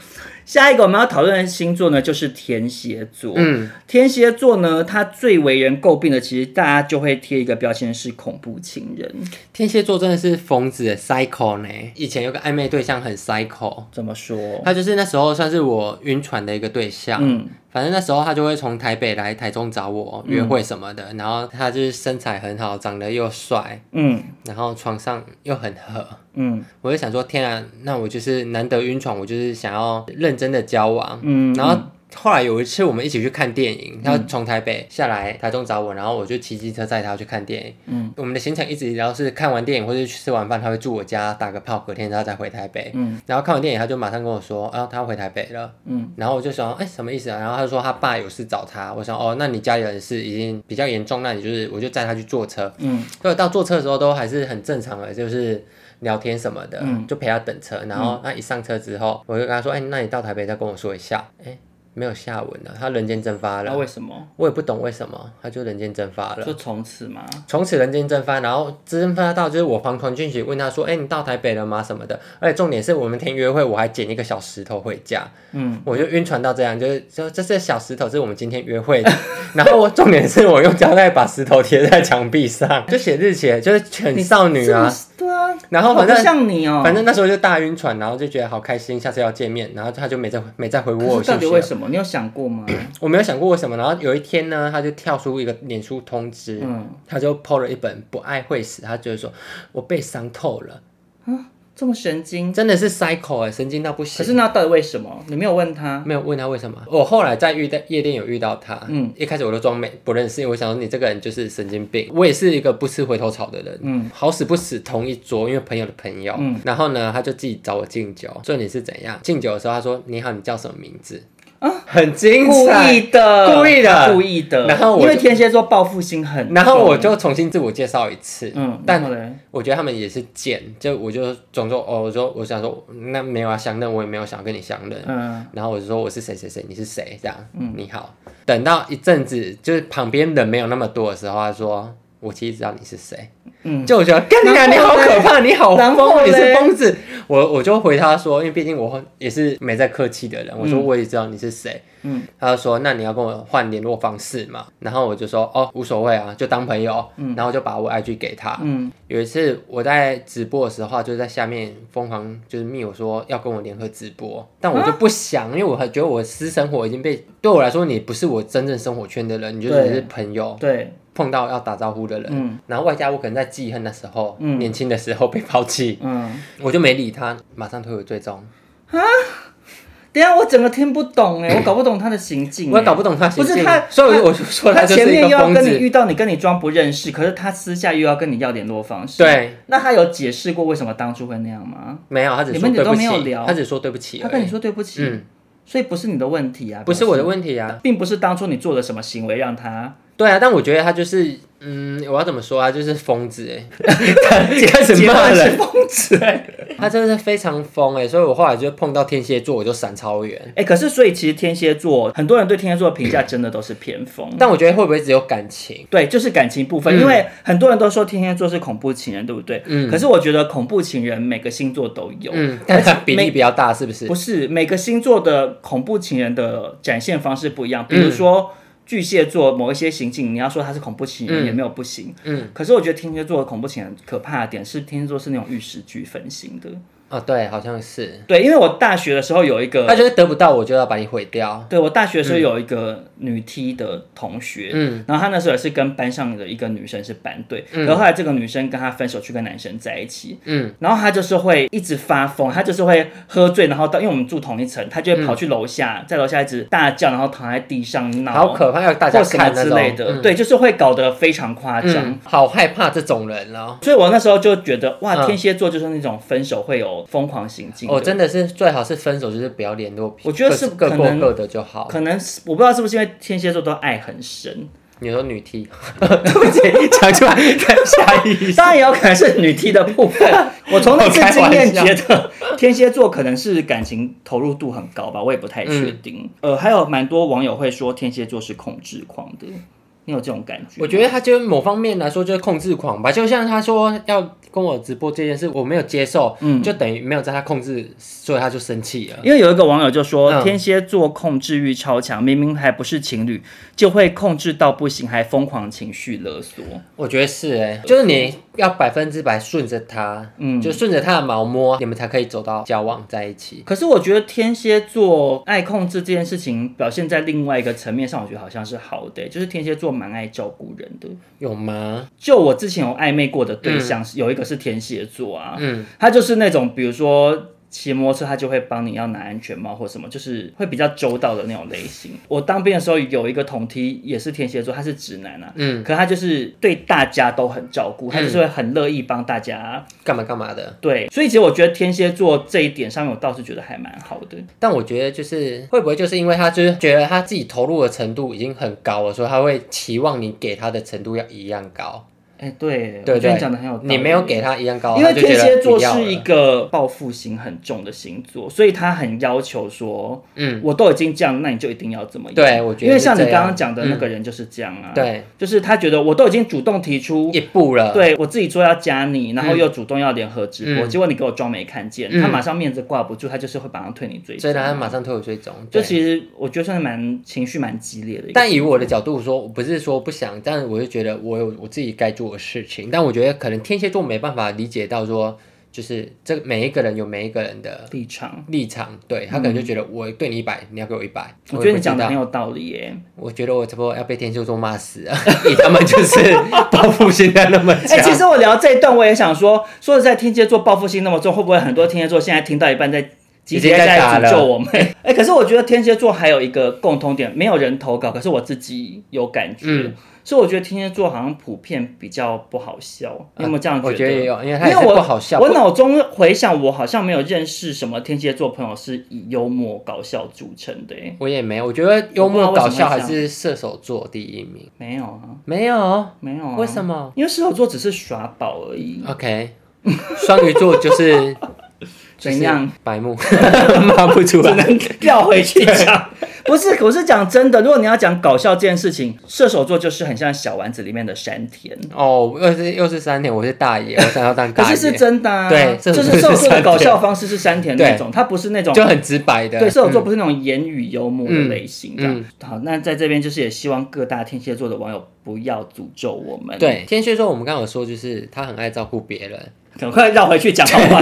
S2: 下一个我们要讨论的星座呢，就是天蝎座。
S3: 嗯，
S2: 天蝎座呢，他最为人诟病的，其实大家就会贴一个标签是恐怖情人。
S3: 天蝎座真的是疯子的 cycle 呢。以前有个暧昧对象很 cycle，
S2: 怎么说？
S3: 他就是那时候算是我晕船的一个对象。
S2: 嗯，
S3: 反正那时候他就会从台北来台中找我约会什么的，然后他就是身材很好，长得又帅，
S2: 嗯
S3: 然后床上又很合，
S2: 嗯
S3: 我就想说，天啊，那我就是难得晕船，我就是想要认真的交往。
S2: 嗯，
S3: 然后后来有一次我们一起去看电影，他从台北下来台中找我，然后我就骑机车载他去看电影。
S2: 嗯，
S3: 我们的行程一直然后是看完电影或者去吃完饭，他会住我家打个炮，隔天他再回台北。
S2: 嗯，
S3: 然后看完电影他就马上跟我说，啊，他回台北了。
S2: 嗯
S3: 然后我就想，哎、什么意思啊？然后他就说他爸有事找他。我想，哦，那你家里人是已经比较严重，那你就是我就载他去坐车。
S2: 嗯
S3: 对，到坐车的时候都还是很正常的，就是聊天什么的，
S2: 嗯
S3: 就陪他等车。然后那一上车之后，我就跟他说：“哎、那你到台北再跟我说一下。”哎，没有下文啊了，他人间蒸发
S2: 那
S3: 了。
S2: 啊为什么？
S3: 我也不懂为什么，他就人间蒸发
S2: 就
S3: 了。
S2: 从此嘛。
S3: 从此人间蒸发，然后蒸发到就是我环团俊喜问他说：“哎、你到台北了吗？”什么的。而且重点是我们天约会，我还捡一个小石头回家。
S2: 嗯，
S3: 我就晕船到这样，就是就这是小石头，这是我们今天约会的。然后我重点是我用胶带把石头贴在墙壁上， 就写日期，就是很少女
S2: 这么
S3: 啊。
S2: 是对啊。
S3: 然后
S2: 好
S3: 反
S2: 不
S3: 正
S2: 像你哦，
S3: 反正那时候就大晕船，然后就觉得好开心，下次要见面，然后他就没再没再回
S2: 可
S3: 我
S2: 是
S3: 信
S2: 到底
S3: 息
S2: 为
S3: 了。
S2: 什么？你有想过吗？
S3: 我没有想过为什么。然后有一天呢，他就跳出一个脸书通知，
S2: 嗯
S3: 他就 PO 了一本《不爱会死》，他觉得说我被伤透了，
S2: 这么神经，
S3: 真的是 psycho 哎、神经到不行。
S2: 可是那到底为什么？你没有问他？
S3: 没有问他为什么。我后来在遇到夜店有遇到他，嗯
S2: 嗯，
S3: 一开始我都装没不认识，因为我想说你这个人就是神经病。我也是一个不吃回头草的人，嗯
S2: 嗯，
S3: 好死不死同一桌，因为朋友的朋友，嗯
S2: 嗯，
S3: 然后呢他就自己找我敬酒，重点是怎样？敬酒的时候他说你好，你叫什么名字？啊，很精
S2: 故
S3: 彩。
S2: 意的，
S3: 故意的
S2: 故意的。
S3: 然后我
S2: 因为
S3: 就
S2: 天蝎座报复心很重，
S3: 然后我就重新自我介绍一次，嗯
S2: 嗯，，
S3: 但
S2: 然后嘞，
S3: 我觉得他们也是贱，就我就总说哦，我说我想说那没有要相认，我也没有想要跟你相认，
S2: 嗯，
S3: 然后我就说我是谁谁谁，你是谁这样，你好。等到一阵子，就是旁边人没有那么多的时候，他说我其实知道你是谁，
S2: 嗯
S3: 就我觉得干你啊，你
S2: 然
S3: 好
S2: 后嘞
S3: 可怕，你好
S2: 然后
S3: 疯，你是
S2: 嘞
S3: 疯子。我我就回他说，因为毕竟我也是没在客气的人，我说我也知道你是谁，
S2: 嗯，
S3: 他就说那你要跟我换联络方式嘛，然后我就说哦无所谓啊，就当朋友，然后就把我 IG 给他，
S2: 嗯
S3: 有一次我在直播的时候，就在下面疯狂就是密我说要跟我联合直播，但
S2: 啊
S3: 我就不想，因为我很觉得我私生活已经被对我来说，你不是我真正生活圈的人，你就
S2: 对
S3: 只是朋友，
S2: 对，
S3: 碰到要打招呼的人。
S2: 嗯
S3: 然后外加我可能在记恨的时候，
S2: 嗯
S3: 年轻的时候被抛弃，
S2: 嗯，
S3: 我就没理他，马上退回追踪。
S2: 等一下我整个听不懂 哎、我搞不懂他的行径、
S3: 我也搞不懂他
S2: 嗯不
S3: 行
S2: 是
S3: 径
S2: 他，
S3: 所以
S2: 他
S3: 我我就说
S2: 他
S3: 就
S2: 前
S3: 是一
S2: 面
S3: 个
S2: 又要
S3: 疯
S2: 跟你
S3: 子。
S2: 遇到你，跟你装不认识，可是他私下又要跟你要联络方式。
S3: 对，
S2: 那他有解释过为什么当初会那样吗？
S3: 没有，他只
S2: 你
S3: 说
S2: 们
S3: 对
S2: 都
S3: 不
S2: 没有
S3: 起
S2: 聊，
S3: 他只说对不起而已。
S2: 他跟你说对不起，
S3: 嗯，
S2: 所以不是你的问题啊，
S3: 不是我的
S2: 题，
S3: 问题啊。
S2: 并不是当初你做了什么行为 让他
S3: 对啊，但我觉得他就是，嗯，我要怎么说啊？就是疯子哎、欸， 开始骂
S2: 结论
S3: 人
S2: 是，疯子、欸。
S3: 他真的是非常疯哎、所以我后来就碰到天蝎座，我就闪超远。
S2: 哎、可是所以其实天蝎座，很多人对天蝎座的评价真的都是偏锋。
S3: 但我觉得会不会只有感情？
S2: 对，就是感情部分，
S3: 嗯
S2: 因为很多人都说天蝎座是恐怖情人，对不对？
S3: 嗯
S2: 可是我觉得恐怖情人每个星座都有，
S3: 嗯，但是 比例比较大，是不是？
S2: 不是每个星座的恐怖情人的展现方式不一样。比
S3: 嗯
S2: 如说巨蟹座某一些行径，你要说他是恐怖情
S3: 嗯
S2: 人也没有不行。
S3: 嗯，
S2: 可是我觉得天蝎座的恐怖情人可怕的点是，天蝎座是那种玉石俱焚型的。
S3: 啊，对，好像是。
S2: 对，因为我大学的时候有一
S3: 他
S2: 个，
S3: 就是得不到我就要把你毁掉。
S2: 对我大学的时候有一个女 T 的同学，
S3: 嗯，
S2: 然后他那时候也是跟班上的一个女生是班对，然后后来这个女生跟他分手去跟男生在一起，
S3: 嗯，
S2: 然后他就是会一直发疯，他就是会喝醉，然后到因为我们住同一层，他就会
S3: 嗯
S2: 跑去楼下，在楼下一直大叫，然后躺在地上闹，
S3: 好可怕，要大家
S2: 或什么
S3: 看那
S2: 之
S3: 种
S2: 类的，
S3: 嗯
S2: 对，就是会搞得非常夸张。
S3: 嗯，好害怕这种人哦。
S2: 所以我那时候就觉得，哇，
S3: 嗯
S2: 天蝎座就是那种分手会有疯狂行径的
S3: 哦，真的是最好是分手，就是不要联络。
S2: 我觉得是
S3: 各
S2: 可
S3: 各
S2: 能
S3: 过各的就好。
S2: 可能是我不知道是不是因为天蝎座都爱很深，
S3: 你说女 T，对 不起，讲出来看 下意识。
S2: 当然也有可能是女 T 的部 分。我从那次经验觉得，天蝎座可能是感情投入度很高吧，我也不太确定。
S3: 嗯
S2: 呃，还有蛮多网友会说天蝎座是控制狂的，你有这种感觉吗？
S3: 我觉得他就是某方面来说就是控制狂吧，就像他说要跟我直播这件事，我没有接受，
S2: 嗯
S3: 就等于没有在他控制，所以他就生气了。
S2: 因为有一个网友就说，
S3: 嗯
S2: 天蝎座控制欲超强，明明还不是情侣，就会控制到不行，还疯狂情绪勒索。
S3: 我觉得是哎、就是你要百分之百顺着他，
S2: 欸嗯
S3: 就顺着他的毛摸，你们才可以走到交往在一起。
S2: 可是我觉得天蝎座爱控制这件事情，表现在另外一个层面上，我觉得好像是好的、就是天蝎座蛮爱照顾人的。
S3: 有吗？
S2: 就我之前有暧昧过的对象，是有一个是天蝎座啊，
S3: 嗯，
S2: 他就是那种比如说骑摩托车，他就会帮你要拿安全帽或什么，就是会比较周到的那种类型。我当兵的时候有一个同梯也是天蝎座，他是直男啊，
S3: 嗯，
S2: 可他就是对大家都很照顾，他就是会很乐意帮大家。
S3: 干嘛干嘛的。
S2: 对，所以其实我觉得天蝎座这一点上面，我倒是觉得还蛮好的。
S3: 但我觉得就是会不会就是因为他就是觉得他自己投入的程度已经很高了，所以他会期望你给他的程度要一样高。
S2: 哎，对，
S3: 对不
S2: 我觉得
S3: 对，
S2: 你讲的很有道理，
S3: 你没有给他一样高，
S2: 因
S3: 他
S2: 为
S3: 就觉
S2: 天
S3: 得
S2: 蝎座
S3: 不要
S2: 是
S3: 了
S2: 一个报复心很重的星座，所以他很要求说，
S3: 嗯，
S2: 我都已经这样，那你就一定要怎么样？
S3: 对我觉得
S2: 因为像你
S3: 是这样
S2: 刚刚讲的那个人就是这样啊，，
S3: 对嗯
S2: 就是他觉得我都已经主动提出
S3: 一。步了，
S2: 对我自己说要加你，然后又主动要联合直播，
S3: 嗯
S2: 结果你给我装没看见，
S3: 嗯
S2: 他马上面子挂不住，他就是会马上退你追
S3: 所以
S2: 踪。
S3: 呢，他马上推我追踪。
S2: 就
S3: 对，
S2: 其实我觉得算是蛮情绪蛮激烈的一个，
S3: 但以我的角度说，我不是说不想，但我就觉得我有我自己该做的事情。但我觉得可能天蝎座没办法理解到说，就是这每一个人有每一个人的
S2: 立场。
S3: 立场，对他可能就觉得我对你一百，你要给我一百。
S2: 嗯我
S3: 也
S2: 觉得
S3: 不
S2: 你
S3: 知
S2: 讲的
S3: 道
S2: 很有道理耶。
S3: 我觉得我差不多要被天蝎座骂死了， 以他们 就是报复心态那么
S2: 哎、
S3: 强。
S2: 其实我聊这一段，我也想说，说实在，天蝎座报复心那么重，会不会很多天蝎座现在听到一半在集结在诅咒我们？哎、可是我觉得天蝎座还有一个共通点，没有人投稿，可是我自己有感觉，
S3: 嗯
S2: 所以我觉得天蝎座好像普遍比较不好笑。你有没有这样
S3: 嗯我
S2: 觉
S3: 觉得也有，因为他也
S2: 因
S3: 是
S2: 为我
S3: 不好笑。
S2: 我脑中回想，我好像没有认识什么天蝎座朋友是以幽默搞笑著称的、哎，
S3: 我也没有，我觉得幽默
S2: 我不知道
S3: 搞
S2: 为什
S3: 笑
S2: 么会
S3: 还
S2: 这
S3: 是射手座第一名。
S2: 没有啊，
S3: 没有，
S2: 没有啊，
S3: 为什？么啊
S2: 因为射手座只是耍宝而已，
S3: ？OK，双 鱼座就是
S2: 怎样？？
S3: 就是白目， 骂不出
S2: 只
S3: 来。
S2: 能调回去讲。 不是，我是讲真的。如果你要讲搞笑这件事情，射手座就是很像小丸子里面的山田，
S3: 哦，又是又是三点，我是大爷，我想要当
S2: 可
S3: 大爷，
S2: 是是真的、啊。
S3: 对
S2: 就
S3: 射手座
S2: 是射手座的搞
S3: 是山
S2: 笑方式是山田那种，他不是那种
S3: 就很直白的。
S2: 对射手座
S3: 嗯
S2: 不是那种言语幽默的类型这样。
S3: 嗯
S2: 好，那在这边就是也希望各大天蝎座的网友不要诅咒我们，，
S3: 对天蝎座，我们刚刚有说，就是他很爱照顾别人，
S2: 赶快绕回去讲好话。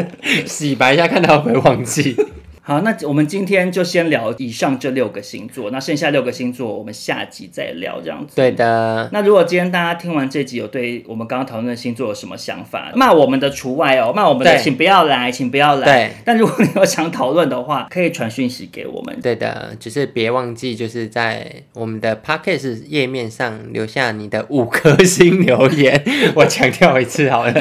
S3: 洗白一下，看他会不会忘记。
S2: 好，那我们今天就先聊以上这六个星座，那剩下六个星座我们下集再聊这样子。
S3: 对的，
S2: 那如果今天大家听完这集有对我们刚刚讨论的星座有什么想法，骂我们的除外哦，骂我们的
S3: 对
S2: 请不要来，请不要来
S3: 对。
S2: 但如果你有想讨论的话，可以传讯息给我们。
S3: 对的，只是别忘记，就是在我们的 podcast 页面上留下你的五颗星留言。 我强调一次好了，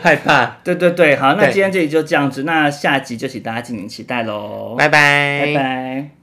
S3: 害 怕，
S2: 对对对，好，那
S3: 对
S2: 今天这里就这样子，那下集就请大家敬请期待喽，
S3: 拜拜，
S2: 拜拜